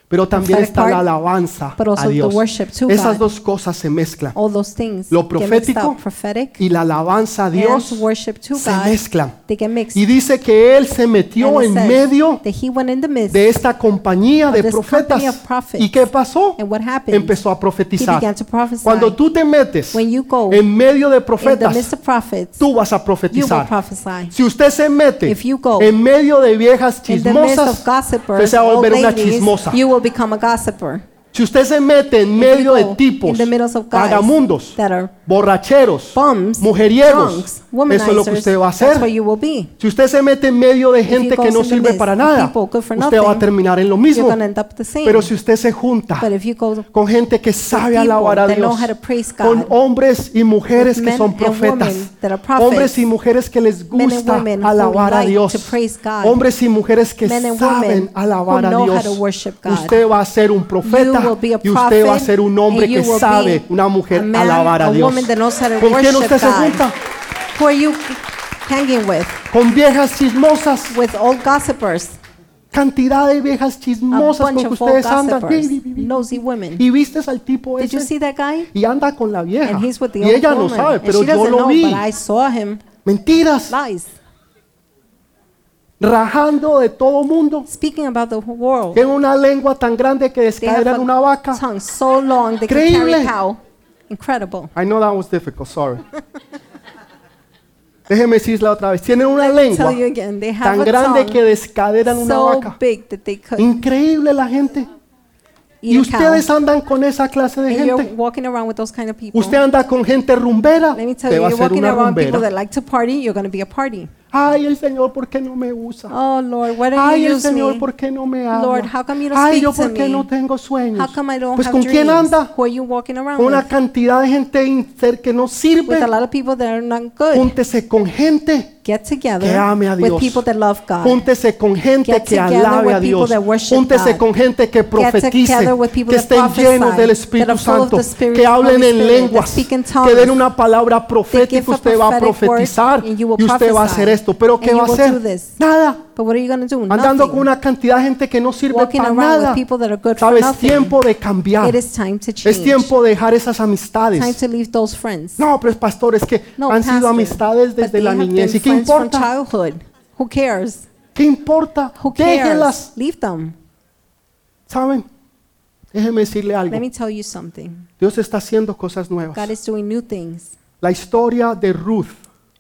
pero también
Prophetic
está la
part,
alabanza
but also
a
the
Dios.
worship to
Esas
God. Oh,
dos cosas se mezclan.
All those things.
Lo
get mixed
profético
up, prophetic,
Y la alabanza a Dios
and worship to
se
God.
mezclan.
They get mixed.
Y dice que él se metió
And it
en
says
medio
that he went in the midst.
de esta compañía de
this
profetas.
company of prophets.
¿Y qué pasó?
and what happened?
Empezó a
he
profetizar.
began to prophesy.
Cuando tú te metes
When you go
en medio de
in the midst
profetas,
of prophets,
tú vas a
you will
profetizar.
prophesy.
Si usted se mete
If you go
en medio de viejas
In the midst
chismosas,
of
usted
gossipers,
se va a
old
volver una
ladies,
chismosa.
you will become a gossiper.
Si usted se mete en medio de
go
tipos,
in the middle of guys
vagamundos,
that are
borracheros,
bums,
mujerieros,
drunks,
eso es lo que
womanizers,
usted va a
that's what
hacer.
you will be.
Si usted se mete en medio de gente
go
que no
in the
sirve
midst
para
of
nada,
people good for
usted va a
nothing,
terminar en lo
You're
mismo.
going to end up the same.
Pero si usted se junta
But if you go
con gente que sabe
people
alabar a
that know
Dios,
how to praise God,
con hombres y mujeres
with
que
men
son
and women
profetas,
that are prophets,
hombres y mujeres que les
and
gusta
women who
alabar a
like
Dios,
to praise God,
hombres y mujeres que
men and
saben
women
alabar
who
a
know
Dios,
how to worship God.
usted va a ser un
You
profeta
will be a
y usted va a
prophet,
ser un hombre
and you
que
will be
sabe, una
a
mujer,
man,
alabar a
a
Dios.
woman that knows how to
¿Con quién
worship
usted se
God?
junta?
who are you hanging with?
Con viejas chismosas.
With old gossipers,
Cantidad de viejas
a
chismosas con
bunch
que
of old
ustedes andan.
gossipers,
Bi, bi, bi, bi.
nosy women.
Y vistes al tipo
Did you
ese
see that guy?
y anda con la vieja.
And he's with the
Y
old
ella no
woman.
sabe,
and
pero
she
yo
doesn't
lo
know,
vi.
but I saw him.
Mentiras.
Lies.
rajando de todo mundo.
Speaking about the world.
Tiene una lengua tan grande que
They have
descaeran
a
una vaca.
tongue so long they can carry
Increíble.
a cow. Incredible.
I know that was difficult, sorry. Déjeme decirla otra vez. Tienen una lengua
Tell you again, they have
tan
a
grande
tongue
que descaderan una
so
vaca.
big that they could
Increíble la gente. Y
eat a cow.
ustedes andan con esa clase de
And you're
gente.
walking around with those kind of people.
Usted anda con gente rumbera.
Let me tell
Te
you,
va a
you're
ser
walking
una
around people that
rumbera.
like to party, you're going to be a party.
Ay, el Señor, ¿por qué no me usa?
Oh Lord, why don't
Ay,
you
el
use me?
Señor, ¿por qué no me
Lord, how
habla?
come you don't
Ay,
speak
yo,
to
¿por qué
me?
no tengo
How
sueños?
come I don't
Pues,
have
¿con
dreams?
quién anda?
Who are you walking around
Con una
with?
cantidad de gente inter que no sirve.
With a lot of people that are not good.
Júntese con gente
Get together
que ame a Dios.
with people that love God.
Júntese con gente
Get
que
together
alabe
with
a
people
Dios.
that worship
Júntese
God.
con gente que profetice,
together with people
que
that
estén
prophesy,
llenos del
that
Espíritu
are full of
Santo,
the Spirit,
que hablen
Holy
en
Spirit, that
lenguas,
speak in
que
tongues.
den una palabra
They
profética.
give a
Usted va a
prophetic word
profetizar
and you will
y usted va a
prophesy.
hacer esto. ¿Pero qué
And
va a
you will do
hacer?
this.
Nada.
But what are you going to do?
Andando
Nothing.
con una cantidad de gente que no sirve
Walking
para
around
nada.
with people that are good for
¿Sabes? Es
nothing.
tiempo de cambiar.
It is time to change.
Ah, Es tiempo de dejar esas
Time
amistades.
to leave those friends.
No, pero es pastor, es que
No,
han sido
pastor,
amistades
but
desde
they
la
have
niñez.
been
¿Y qué
friends from
importa?
childhood. Who cares?
¿Qué importa?
Who cares?
Déjenlas.
Leave them.
¿Saben? Déjenme decirle algo.
Let me tell you something.
Dios está haciendo cosas nuevas.
God is doing new things.
La historia de Ruth,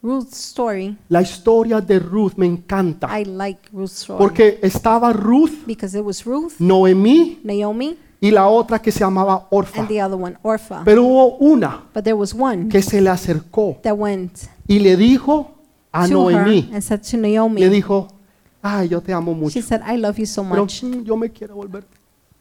Ruth's story.
la historia de Ruth me encanta.
I like Ruth's story.
Porque estaba Ruth,
Because it was Ruth,
Mm. Noemí
Naomi,
y la otra que se llamaba Orfa.
and the other one, Orpha.
Pero hubo una
But there was one
que se le acercó
that went
y le dijo a
to her
Noemí,
and said to
le
Naomi,
dijo, ay, yo te amo mucho,
she said, I love you so
pero
much.
mm, yo me quiero volver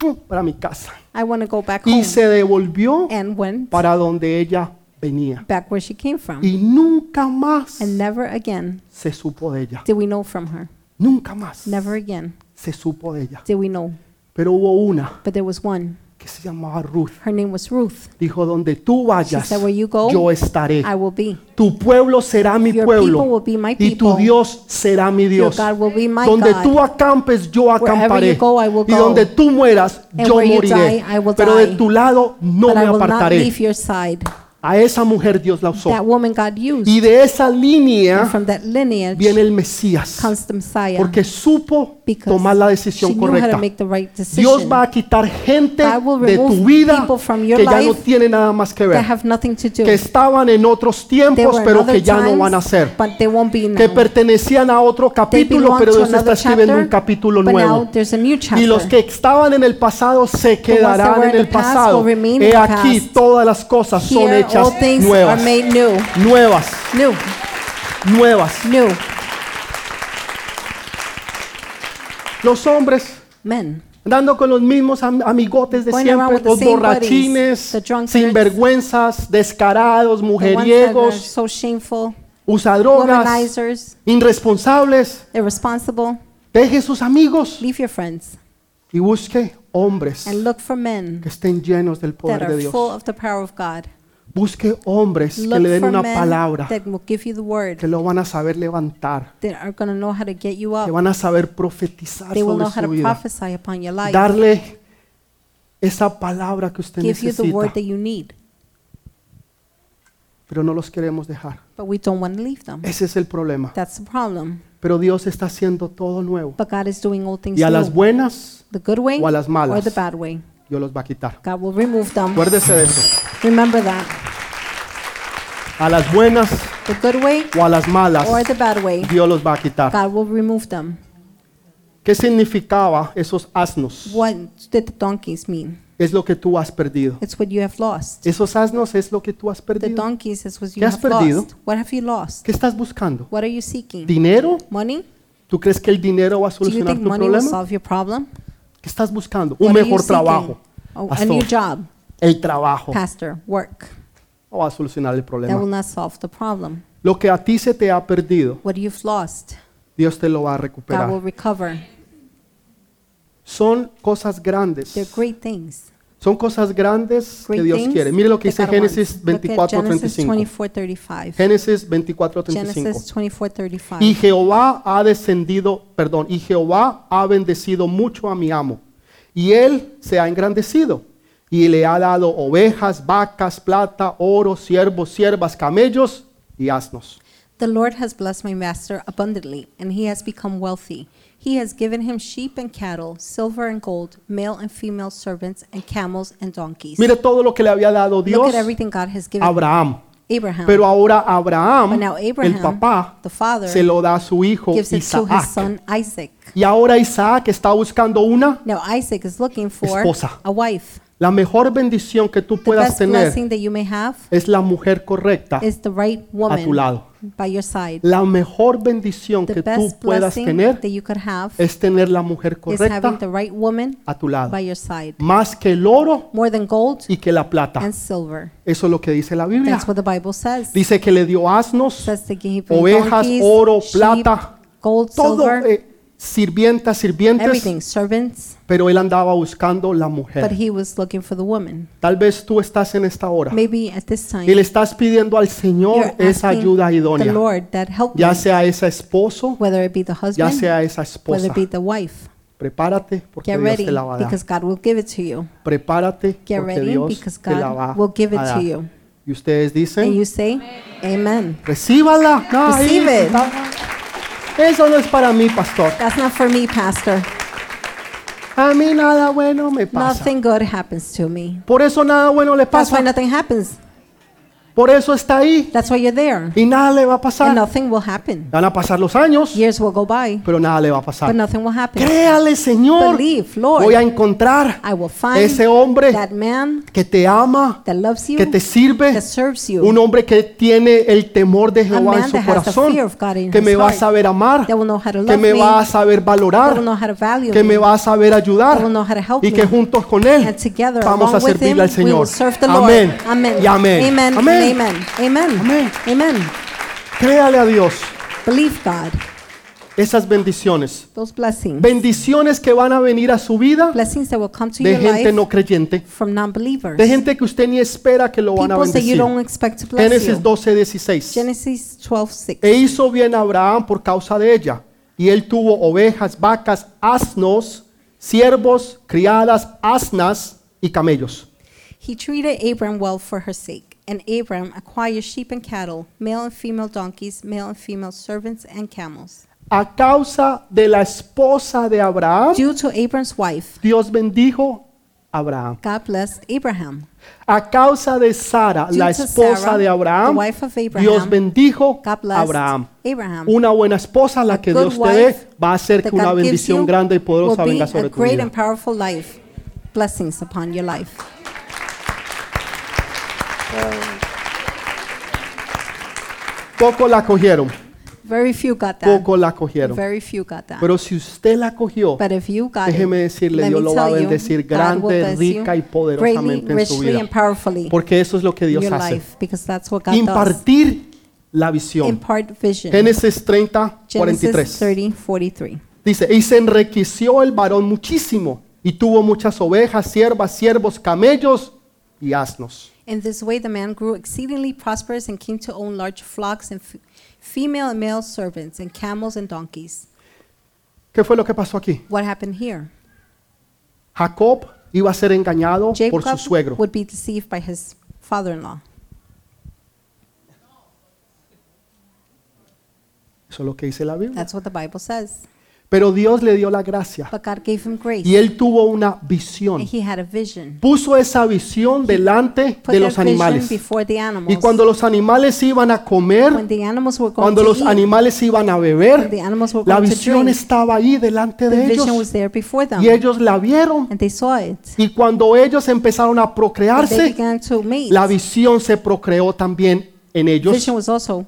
mm, para mi casa.
I want to go back
Y
home.
se devolvió
And went
para donde ella venía.
back where she came from.
Y nunca más
And never again
se supo de ella.
did we know from her.
Nunca más
Never again
se supo de ella.
did we know.
Pero hubo una
But there was one.
que se llamaba Ruth.
Her name was Ruth.
Dijo, donde tú vayas,
said, "Where you go,
yo estaré.
I will be.
Tu pueblo será mi
Your people
pueblo
will be my
y tu
people.
Dios será mi Dios.
God will be my
Donde
God.
tú acampes, yo acamparé.
you go, I will
Y
go.
donde tú mueras,
And
yo
where you
moriré.
die, I will
Pero de
die.
tu lado no
But
me
I will not
apartaré.
leave your side.
A esa mujer Dios la usó.
That woman God used.
Y de esa
And
línea
from that lineage
viene el Mesías.
comes the Messiah.
Porque supo
because
tomar la decisión
she knew how
correcta.
to make the right
Dios
decision
va a quitar gente
I will
de tu
remove
vida
people from your
que ya no
life
tiene nada más que
that
ver,
have nothing to do.
que estaban en otros
They
tiempos
were in
pero
other
que ya no
times,
van a ser,
But they won't be now.
que pertenecían a otro
They
capítulo
belong
pero
to
Dios está
another
escribiendo un
chapter,
capítulo
but
nuevo.
now there's a new chapter.
Y los que estaban en el pasado se
that
quedarán
were
en
in
el
the past
pasado.
will remain in
He
the
aquí
past.
todas las cosas son
Here,
hechas
all things
nuevas,
are made new.
nuevas,
New.
nuevas.
New.
Los hombres
Men.
Andando con los mismos am- amigotes de
Going around
siempre,
with the
los
same buddies,
borrachines,
the drunkards,
sinvergüenzas, descarados,
The ones that are
mujeriegos,
so shameful.
Oh, usadrogas,
Womanizers.
irresponsables.
Irresponsible.
Deje sus amigos
Leave your friends.
y busque hombres
And look for men
que estén llenos del
that
poder de
are
Dios.
full of the power of God.
Busque hombres que
Look
le den
for
una
men
palabra,
that will give you the
que
word,
lo van a saber levantar,
that are going to know how to get you
que
up.
van a saber profetizar
They will
sobre
know how
su
to
vida,
prophesy upon your life,
darle esa palabra que usted
give you the
necesita,
word that you need.
pero no los queremos dejar.
But we don't want to leave them.
Ese es el problema.
That's the problem.
Pero Dios está haciendo todo nuevo.
But God is doing all things
Y a las
new.
buenas,
The good way
o a las
or the
malas.
bad way.
yo los va a quitar.
God will remove them.
Acuérdese de eso.
Remember that.
A las buenas
The good way
o a las malas,
or the bad way,
Dios los va a quitar.
God will remove them.
¿Qué significaba esos asnos?
What did the donkeys mean?
es lo que tú has perdido.
It's what you have lost.
Esos asnos es lo que tú has
The
perdido.
donkeys is what
¿Qué
you
has
have
perdido?
lost. What have you lost?
¿Qué estás buscando?
What are you seeking?
¿Dinero?
Money?
¿Tú crees que el dinero va a
Do you
solucionar
think
tu
money will
problema?
solve your problem?
¿Qué estás buscando?
What
Un
are you
mejor
seeking?
trabajo.
Oh, A new
Pastor,
job,
el trabajo
pastor, work.
no va a solucionar el
That will
problema.
not solve the problem.
Lo que a ti se te ha perdido,
What you've lost,
Dios te lo va a
God will
recuperar.
recover.
Son cosas grandes.
They're great things.
Son cosas grandes que
Great
Dios
things
quiere. Mire lo que
that
dice
God wants.
Génesis
Look at
24,
Genesis
35.
24, 35.
Génesis 24, 35.
Genesis 24, 35.
Y Jehová ha descendido, perdón, y Jehová ha bendecido mucho a mi amo. Y él se ha engrandecido y le ha dado ovejas, vacas, plata, oro, siervos, siervas, camellos y asnos.
The Lord has blessed my master abundantly, and he has become wealthy. He has given him sheep and cattle, silver and gold, male and female servants, and camels and donkeys.
Mire todo lo que le había dado
Look
Dios
at everything God has
a
given
Abraham.
Abraham.
Pero ahora
But
Abraham,
now
el
Ah. Abraham,
papá,
the father,
se lo da a su hijo
gives it to his
Isaac.
son Isaac.
Y ahora Isaac está buscando una,
Now Isaac is looking for
Esposa.
a wife.
la mejor bendición que tú
The
puedas
best
tener
blessing that you may have
es la mujer correcta
is the right woman
a tu lado.
by your side.
La mejor bendición
The
que tú
best
puedas
blessing
tener
that you could have
es tener la mujer
is having the
correcta
right woman
a tu lado.
by your side.
Más que el oro
More than gold
y que la plata.
and silver.
Eso es lo que dice la Biblia.
That's what the Bible says.
Dice que le dio asnos,
Says to give
ovejas,
donkeys,
oro,
sheep,
plata,
gold,
todo,
silver,
eh, sirvientas, sirvientes,
everything, servants,
pero él andaba buscando la
but
mujer.
he was looking for the woman.
Tal vez tú estás en esta hora
Maybe at this time,
y le estás pidiendo al
you're
Señor esa
asking
ayuda
the
idónea,
Lord that help
ya
me,
sea ese esposo,
whether it be the
ya
husband,
sea esa
whether
esposa.
it be the wife.
Prepárate porque
Get
Dios
ready
te la va a dar.
because God will give it to you.
Prepárate
Get
porque
ready,
Dios
because
te la
God
va
will give it
a
to
dar.
you.
Y ustedes
And
dicen,
you say, Amen.
recíbala. Ah, ahí
Receive it.
está. Eso no es para mí, pastor.
That's not for me, Pastor.
A mí nada bueno me pasa.
Nothing good happens to me.
Por eso nada bueno le
That's why
pasa.
nothing happens.
Por eso está ahí
That's why you're there.
y nada le va a
And
pasar.
nothing will happen.
Van a pasar los años,
Years will go by,
pero nada le va a
but
pasar.
nothing will happen.
Créale, Señor.
Believe,
Ah. Voy a
Lord.
encontrar
I will
ese
find
hombre
that man
que te ama,
that loves you,
que te sirve,
that serves
un
you,
hombre que tiene el temor de Jehová
man
en
that
su
has the
corazón,
fear of God in
que
his
me va a
heart,
saber amar,
that will know how to
que
love
me
me,
va a
that
saber
will
valorar,
know how to value
que me
me,
va a saber
that will know
ayudar
how to help
y
me.
que juntos con él
And together,
vamos a
along with him,
servirle al
we
Señor.
will serve the Lord.
Amén.
Amen.
Y amén.
Amen. and
Amén.
Amen. Amen.
Amén.
Amen.
Créale a Dios
Believe God.
esas bendiciones.
Those blessings.
Bendiciones que van a venir a su vida
blessings that will come to
de
your
gente
life
no creyente,
from non-believers.
de gente que usted ni espera que lo van a
People that you
bendecir.
don't expect to bless
Génesis
you.
12, 16.
Genesis 12, 6.
E hizo bien Abraham por causa de ella. Y él tuvo ovejas, vacas, asnos, siervos, criadas, asnas y camellos.
He treated Abram well for her sake, and Abram acquired sheep and cattle, male and female donkeys, male and female servants, and camels.
A causa de la esposa de Abraham,
Due to Abram's wife,
Dios bendijo a Abraham.
God blessed Abraham.
A causa de Sara,
Due
la
to
esposa
Sarah,
de Abraham,
the wife of Abraham,
Dios bendijo
God
a
blessed
Abraham.
Abraham.
Una buena esposa, la que
good
Dios te dé,
wife
va a hacer que
That
una
God gives you
bendición grande y poderosa
will be
venga
a
sobre tu
great
vida.
and powerful life. Blessings upon your life.
Poco la cogieron,
Very few got that.
poco la cogieron.
Very few got that.
Pero si usted la cogió,
But if you got
Déjeme
it,
decirle,
let
Dios
me
lo va a
tell you,
bendecir
God will
grande,
bless
rica y
you greatly,
poderosamente en su
richly,
vida.
and powerfully
porque eso es lo que
in
Dios
your
hace.
life, because that's what God does.
Impartir la visión.
Impart vision.
Génesis 30,
Genesis
43.
30, 43.
Dice, y se enriqueció el varón muchísimo, y tuvo muchas ovejas, siervas, siervos, camellos y asnos.
In this way, the man grew exceedingly prosperous and came to own large flocks and f- female and male servants and camels and donkeys.
¿Qué fue lo que pasó aquí?
What happened here?
Jacob iba a ser engañado por su
Jacob
suegro.
would be deceived by his father-in-law.
Eso es lo que dice la Biblia.
That's what the Bible says.
Pero Dios le dio la gracia
But God gave him grace,
y él tuvo una
and
visión.
he had a vision.
Puso esa visión delante
Put
de los
that vision
animales.
before the animals.
Y cuando los animales iban a comer,
when the animals were going
cuando
to
los
eat,
animales iban a
when the
beber,
animals were
la
going to
visión
drink,
estaba ahí delante
the
de
vision was
ellos.
there before them,
Y ellos la vieron.
and they saw it.
Y cuando ellos empezaron a
But they
procrearse,
began to mate.
la visión se procreó también en
the
ellos.
vision was also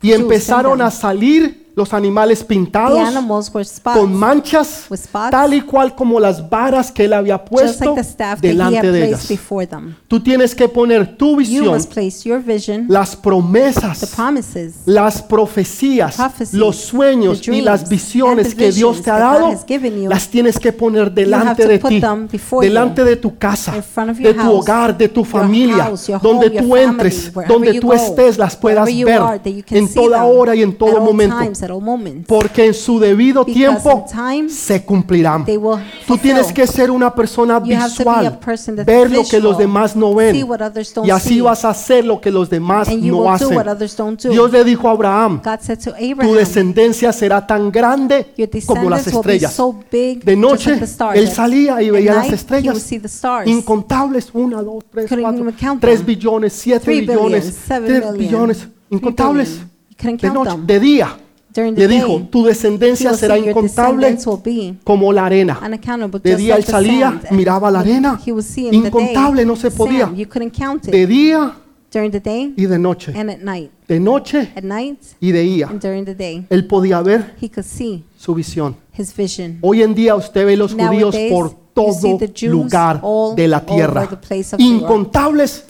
Y empezaron a salir los animales
the
pintados
animals were spots,
con manchas,
with spots.
tal y cual como las varas que él había
just like
puesto
the staff that he had
delante de
placed
ellas.
before them.
Tú tienes que poner tu
You
visión,
must place your vision,
las
the
promesas,
promises,
las profecías,
prophecies,
los sueños
the
y las
dreams,
visiones
and the
que Dios
visions
te ha
that God
dado,
has given you.
las tienes que poner delante
to
de
put
ti,
them before you,
delante de tu casa,
in front of your
de tu
house,
hogar, de tu
your
familia,
house, your home,
donde
your
tú
family,
entres,
wherever
donde
you
tú
go,
estés, las puedas
wherever you
ver
are, that you can
en
see
toda
them
hora y en
at
todo
all
momento,
times, at all moments.
porque en su debido
Because
tiempo
in time,
se cumplirán.
they will
Tú tienes
fulfill.
que ser una persona
You have to be a
visual,
person that's
ver lo que
visual,
los demás no
see
ven,
what others don't
y así
see.
vas a hacer lo que los demás
and you
no
will do
hacen.
what others don't do.
Dios le dijo a Abraham,
God said to
tu
Abraham,
descendencia será tan grande
your
como las
descendants will be
estrellas.
so big,
De
just
noche
like the stars.
él salía y
At
veía las
night, he would
estrellas
see the stars.
incontables, una, dos, tres,
Couldn't
cuatro,
even count
tres
them.
billones, siete
Three
billones,
billions, seven
tres
billion,
billones,
three
incontables.
billion. You couldn't
De
count
noche,
them.
de día,
During the
le
day,
dijo, tu
he
descendencia
will
será
see your
incontable
descendants will be
como la arena.
unaccountable,
De
just
día él
like the
salía,
sand.
miraba la arena,
He would see in the day,
incontable, no se podía.
sand, You couldn't count it
De día
during the day
y de noche,
and at night.
de noche
At night
y de día.
and during the day,
Él podía ver
he could see
su visión.
his vision.
Hoy en día usted ve los judíos
Nowadays,
por
you see
todo
the Jews
lugar
all
de la
over
tierra,
the place of the world.
incontables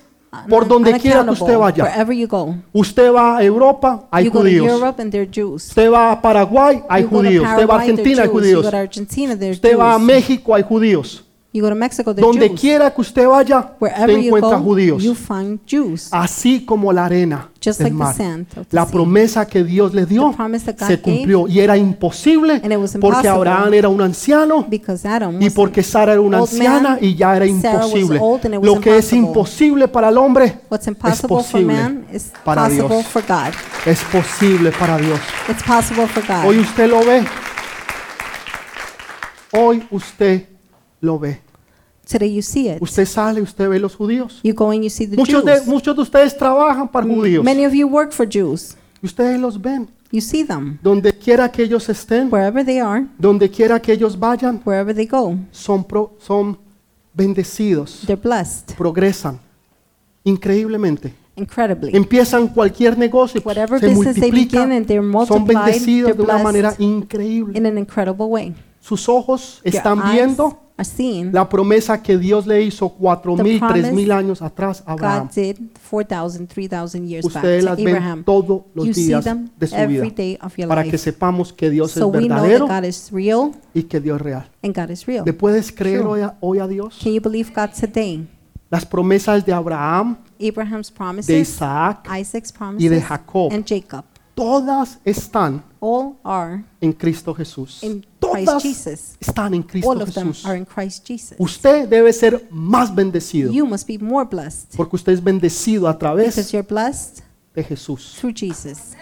por donde quiera que usted
Unaccountable,
vaya.
Wherever you go,
Usted va a Europa, hay
you go to
judíos.
Europe and there are Jews.
Usted va a Paraguay, hay
You go to
judíos. Usted va a
Paraguay, there are
Argentina, hay
Jews. You
judíos.
go to Argentina, there are
Usted va a
Jews.
México, hay judíos.
You go to Mexico, there are
Donde
Jews.
quiera que usted vaya,
Wherever
usted
you
encuentra
go, you
judíos. Ah.
find Jews.
Así como la arena
Just
del
like the
mar.
sand of the
La
sea.
promesa que Dios le dio
The promise that God
se cumplió y era imposible
and it was
porque
impossible.
Abraham era un anciano
Because Adam
y
was
porque Sara era una
old man,
anciana y ya era
Sarah was
imposible.
old and it was
Lo que es
impossible.
imposible para el hombre
what's
es
impossible for
posible
man is
para
possible
Dios.
for God.
Es posible para Dios.
It's possible for God.
Hoy usted lo ve. Hoy usted lo ve.
Today you see it.
Usted sale, usted ve los judíos.
You go and you see the
Muchos de,
Jews.
muchos de ustedes trabajan para judíos.
Many of you work for Jews.
Y ustedes los ven.
You see them.
Donde quiera que ellos estén,
Wherever they are,
donde quiera que ellos vayan,
wherever they go,
son, pro- son bendecidos,
they're blessed
progresan increíblemente.
incredibly.
Empiezan cualquier negocio,
Whatever
se
business they begin
multiplican,
and they're
son
multiplied,
bendecidos
they're
de una
blessed
manera increíble.
in an incredible way.
Sus ojos
Your
están
eyes
viendo
are seeing
la promesa que Dios le hizo cuatro
The
mil, tres
promise
mil años atrás a Abraham.
God did 4,000, 3,000 years back
Ustedes
to
las ven
Abraham.
todos
You
los
see
días
them
de su
every
vida
day of your
para que
life.
sepamos que Dios
So
es
we know that
verdadero
God is real
y que Dios es real.
and God is real.
¿Le puedes creer
Sure.
hoy a, hoy a Dios?
Can you believe God today?
Las promesas de Abraham,
Abraham's
de
promises,
Isaac,
Isaac's
y de
promises,
Jacob.
and Jacob
todas están
all are
en Cristo Jesús.
in Christ
Todas
Jesus.
están en Cristo
All of them
Jesús.
are in Christ Jesus.
Usted debe ser más bendecido
You must be more blessed
porque usted es bendecido a
because
través
you're blessed
de Jesús.
through Jesus.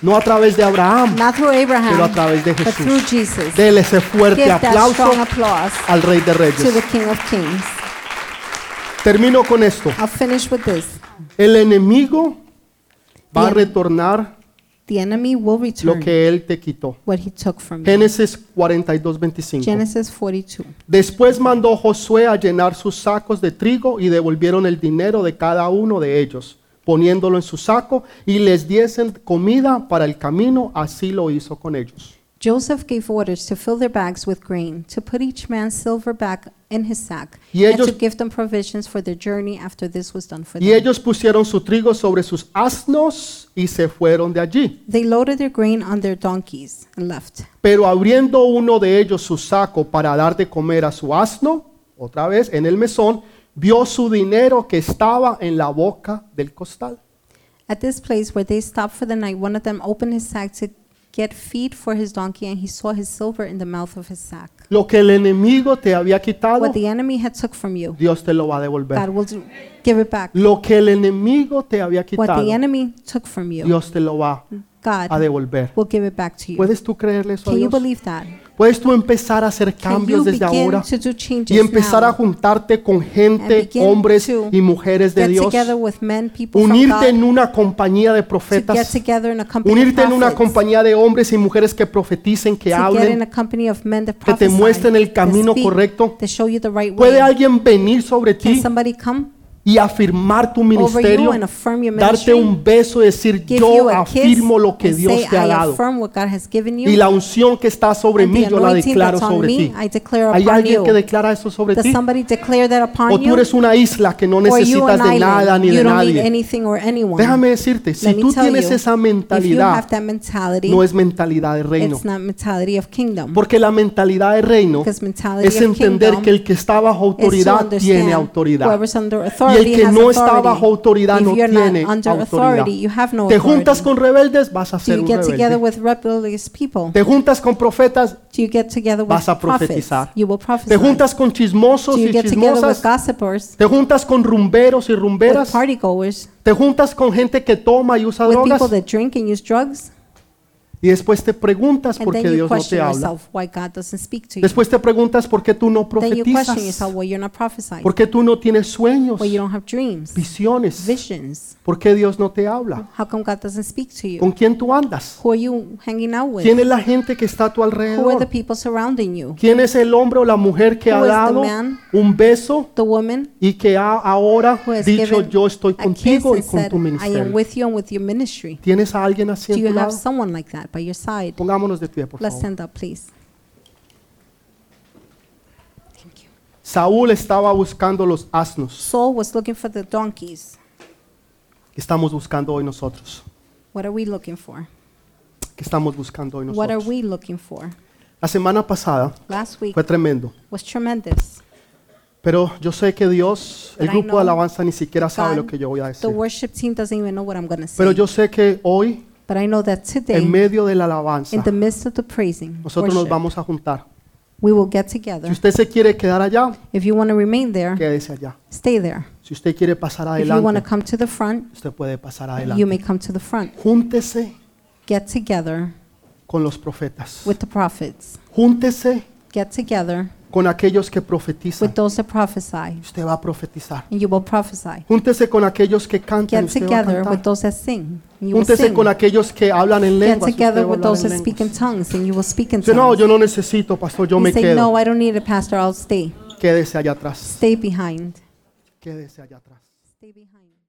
No a través de Abraham,
Not through Abraham,
pero a través de
but through
Jesús.
Jesus.
Dele ese
Give
fuerte
that
aplauso
strong applause
al Rey de
to the
Reyes.
King of Kings.
Termino con esto.
I'll finish with this.
El enemigo va a
Bien.
retornar
The enemy will
lo
return
que él te quitó.
what he took from you.
Génesis 42, 25.
Genesis 42.
Después mandó Josué a llenar sus sacos de trigo y devolvieron el dinero de cada uno de ellos, poniéndolo en su saco y les diesen comida para el camino, así lo hizo con ellos.
Joseph gave orders to fill their bags with grain, to put each man's silver bag in his sack,
Y ellos-
and to give them provisions for their journey after this was done for
Y
them.
ellos pusieron su trigo sobre sus asnos y se fueron de allí.
They loaded their grain on their donkeys and left.
Pero abriendo uno de ellos su saco para dar de comer a su asno, otra vez en el mesón, vio su dinero que estaba en la boca del costal.
At this place where they stopped for the night, one of them opened his sack to get feed for his donkey, and he saw his silver in the mouth of his sack.
Lo que el enemigo te había quitado,
What the enemy had took from you,
Dios te lo va a devolver.
God will do, give it back.
Lo que el enemigo te había
What
quitado,
the enemy took from you,
Dios te lo va a
God
devolver.
will give it back to you.
¿Puedes tú creerle eso a
Can you
Dios?
believe that?
¿Puedes tú empezar a hacer
Can
cambios
you
desde
begin
ahora?
to do changes
Y empezar a
now?
juntarte con gente,
And begin
hombres
to
y mujeres de
Get
Dios.
together with men, people from
Unirte
God,
en una compañía de
to get
profetas.
together in a company of
Unirte en una
prophets,
compañía de hombres y mujeres que profeticen, que
to get in
hablen.
a company of men that
que te
prophesy,
muestren el
that
camino
speak,
correcto.
that show you the right
¿Puede
way.
alguien venir sobre
Can
ti
somebody come
y afirmar tu
over you
ministerio?
and affirm your
Darte
ministry?
un beso y decir,
Give you
yo
a kiss
afirmo lo que
and
Dios
say,
te ha
"I
dado.
affirm what God has given you,
Y la unción que está sobre
and
mí,
the
yo la
anointing
declaro
that's on
sobre
me,
ti.
I declare
¿Hay
upon
alguien
you.
que declara eso sobre
Does
ti?
somebody declare that upon
O tú
you?
eres una isla que no
or you
necesitas
an
de
island?
nada ni
you
de
don't need
nadie.
anything or anyone.
Déjame decirte,
Let
si
me
tú
tell
tienes esa
you, if you have
mentalidad,
that mentality,
no es mentalidad de reino.
it's not mentality of kingdom.
Porque la mentalidad de reino
Because mentality
es
of
entender
kingdom
que el que está bajo
is to
autoridad tiene
understand
autoridad.
whoever's under
Y el
authority
que
has
no está
authority.
bajo autoridad
If
no
you're
tiene
not under
autoridad.
authority, you have no
Te juntas
authority.
con rebeldes, vas a
Do
ser
you
un
get together
rebelde.
with rebellious people?
Te juntas con profetas,
Do you get together with
vas a
prophets?
profetizar.
You will prophesy.
Te juntas con chismosos
Do
y
you get together with
chismosas.
gossipers,
Te juntas con rumberos y
with
rumberas.
partygoers,
Te juntas con gente que toma y usa
with
drogas.
people that drink and use drugs?
Y después te preguntas
And
por qué
then you
Dios no
question
te habla.
yourself why God doesn't speak to you.
Después te preguntas por qué tú no
Then you question
profetizas.
yourself why you're not prophesying,
¿Por qué tú no tienes sueños,
why you don't have dreams,
visiones?
visions.
¿Por qué Dios no te habla?
How come God doesn't speak to you?
¿Con quién tú andas?
Who are you hanging out with?
¿Quién es la gente que está a tu
Pues, Who are the
alrededor?
people surrounding you?
¿Quién es el hombre o la mujer que
Who
ha
is the
dado
man?
un beso
The woman
y que ha ahora
who has
dicho
given
yo estoy
a kiss
contigo y
and
con
said,
tu
I am
ministerio?
with you and with your ministry.
¿Tienes a alguien así
Do
en
you
tu
have
lado?
someone like that by your side?
Pongámonos de pie, por
Let's
favor.
stand up, please. Thank you.
Saúl estaba buscando los asnos
Saul was looking for the donkeys.
que estamos buscando hoy nosotros.
What are we looking for?
Que estamos buscando hoy
What are
nosotros.
we looking for?
La semana pasada
Last week
fue tremendo.
was tremendous.
Pero yo sé que Dios, el
But I
grupo de
know
alabanza ni siquiera sabe
God,
lo que yo voy a
The
decir.
worship team doesn't even know what I'm going to say.
Pero yo sé que hoy,
but I know that today,
en medio de la
in
alabanza,
the midst of the praising,
nosotros nos
worship,
vamos a juntar.
we will get
Si
together.
usted se quiere quedar allá,
If you want to remain there,
quédese allá.
stay there.
Si usted quiere pasar
If you want to
adelante,
come to the front,
usted puede pasar
you
adelante.
may come to the front.
Júntese
Get together
con los profetas.
with the prophets.
Júntese
Get together
con aquellos que
with
profetizan.
those that prophesy,
Usted va a profetizar.
and you will prophesy.
Júntese con aquellos que cantan.
Get
Usted va a
together with
cantar.
those that sing, and you will
Júntese
sing.
con aquellos que hablan en
Get
lenguas. Usted va a
together with
hablar
those
en
that speak in
lenguas.
tongues, and you will speak in
Dice, no,
tongues.
yo no necesito, pastor, yo
You
me
say,
quedo.
no, I don't need a pastor. I'll stay.
Quédese allá atrás.
Stay behind.
Quédese allá atrás.
Stay behind.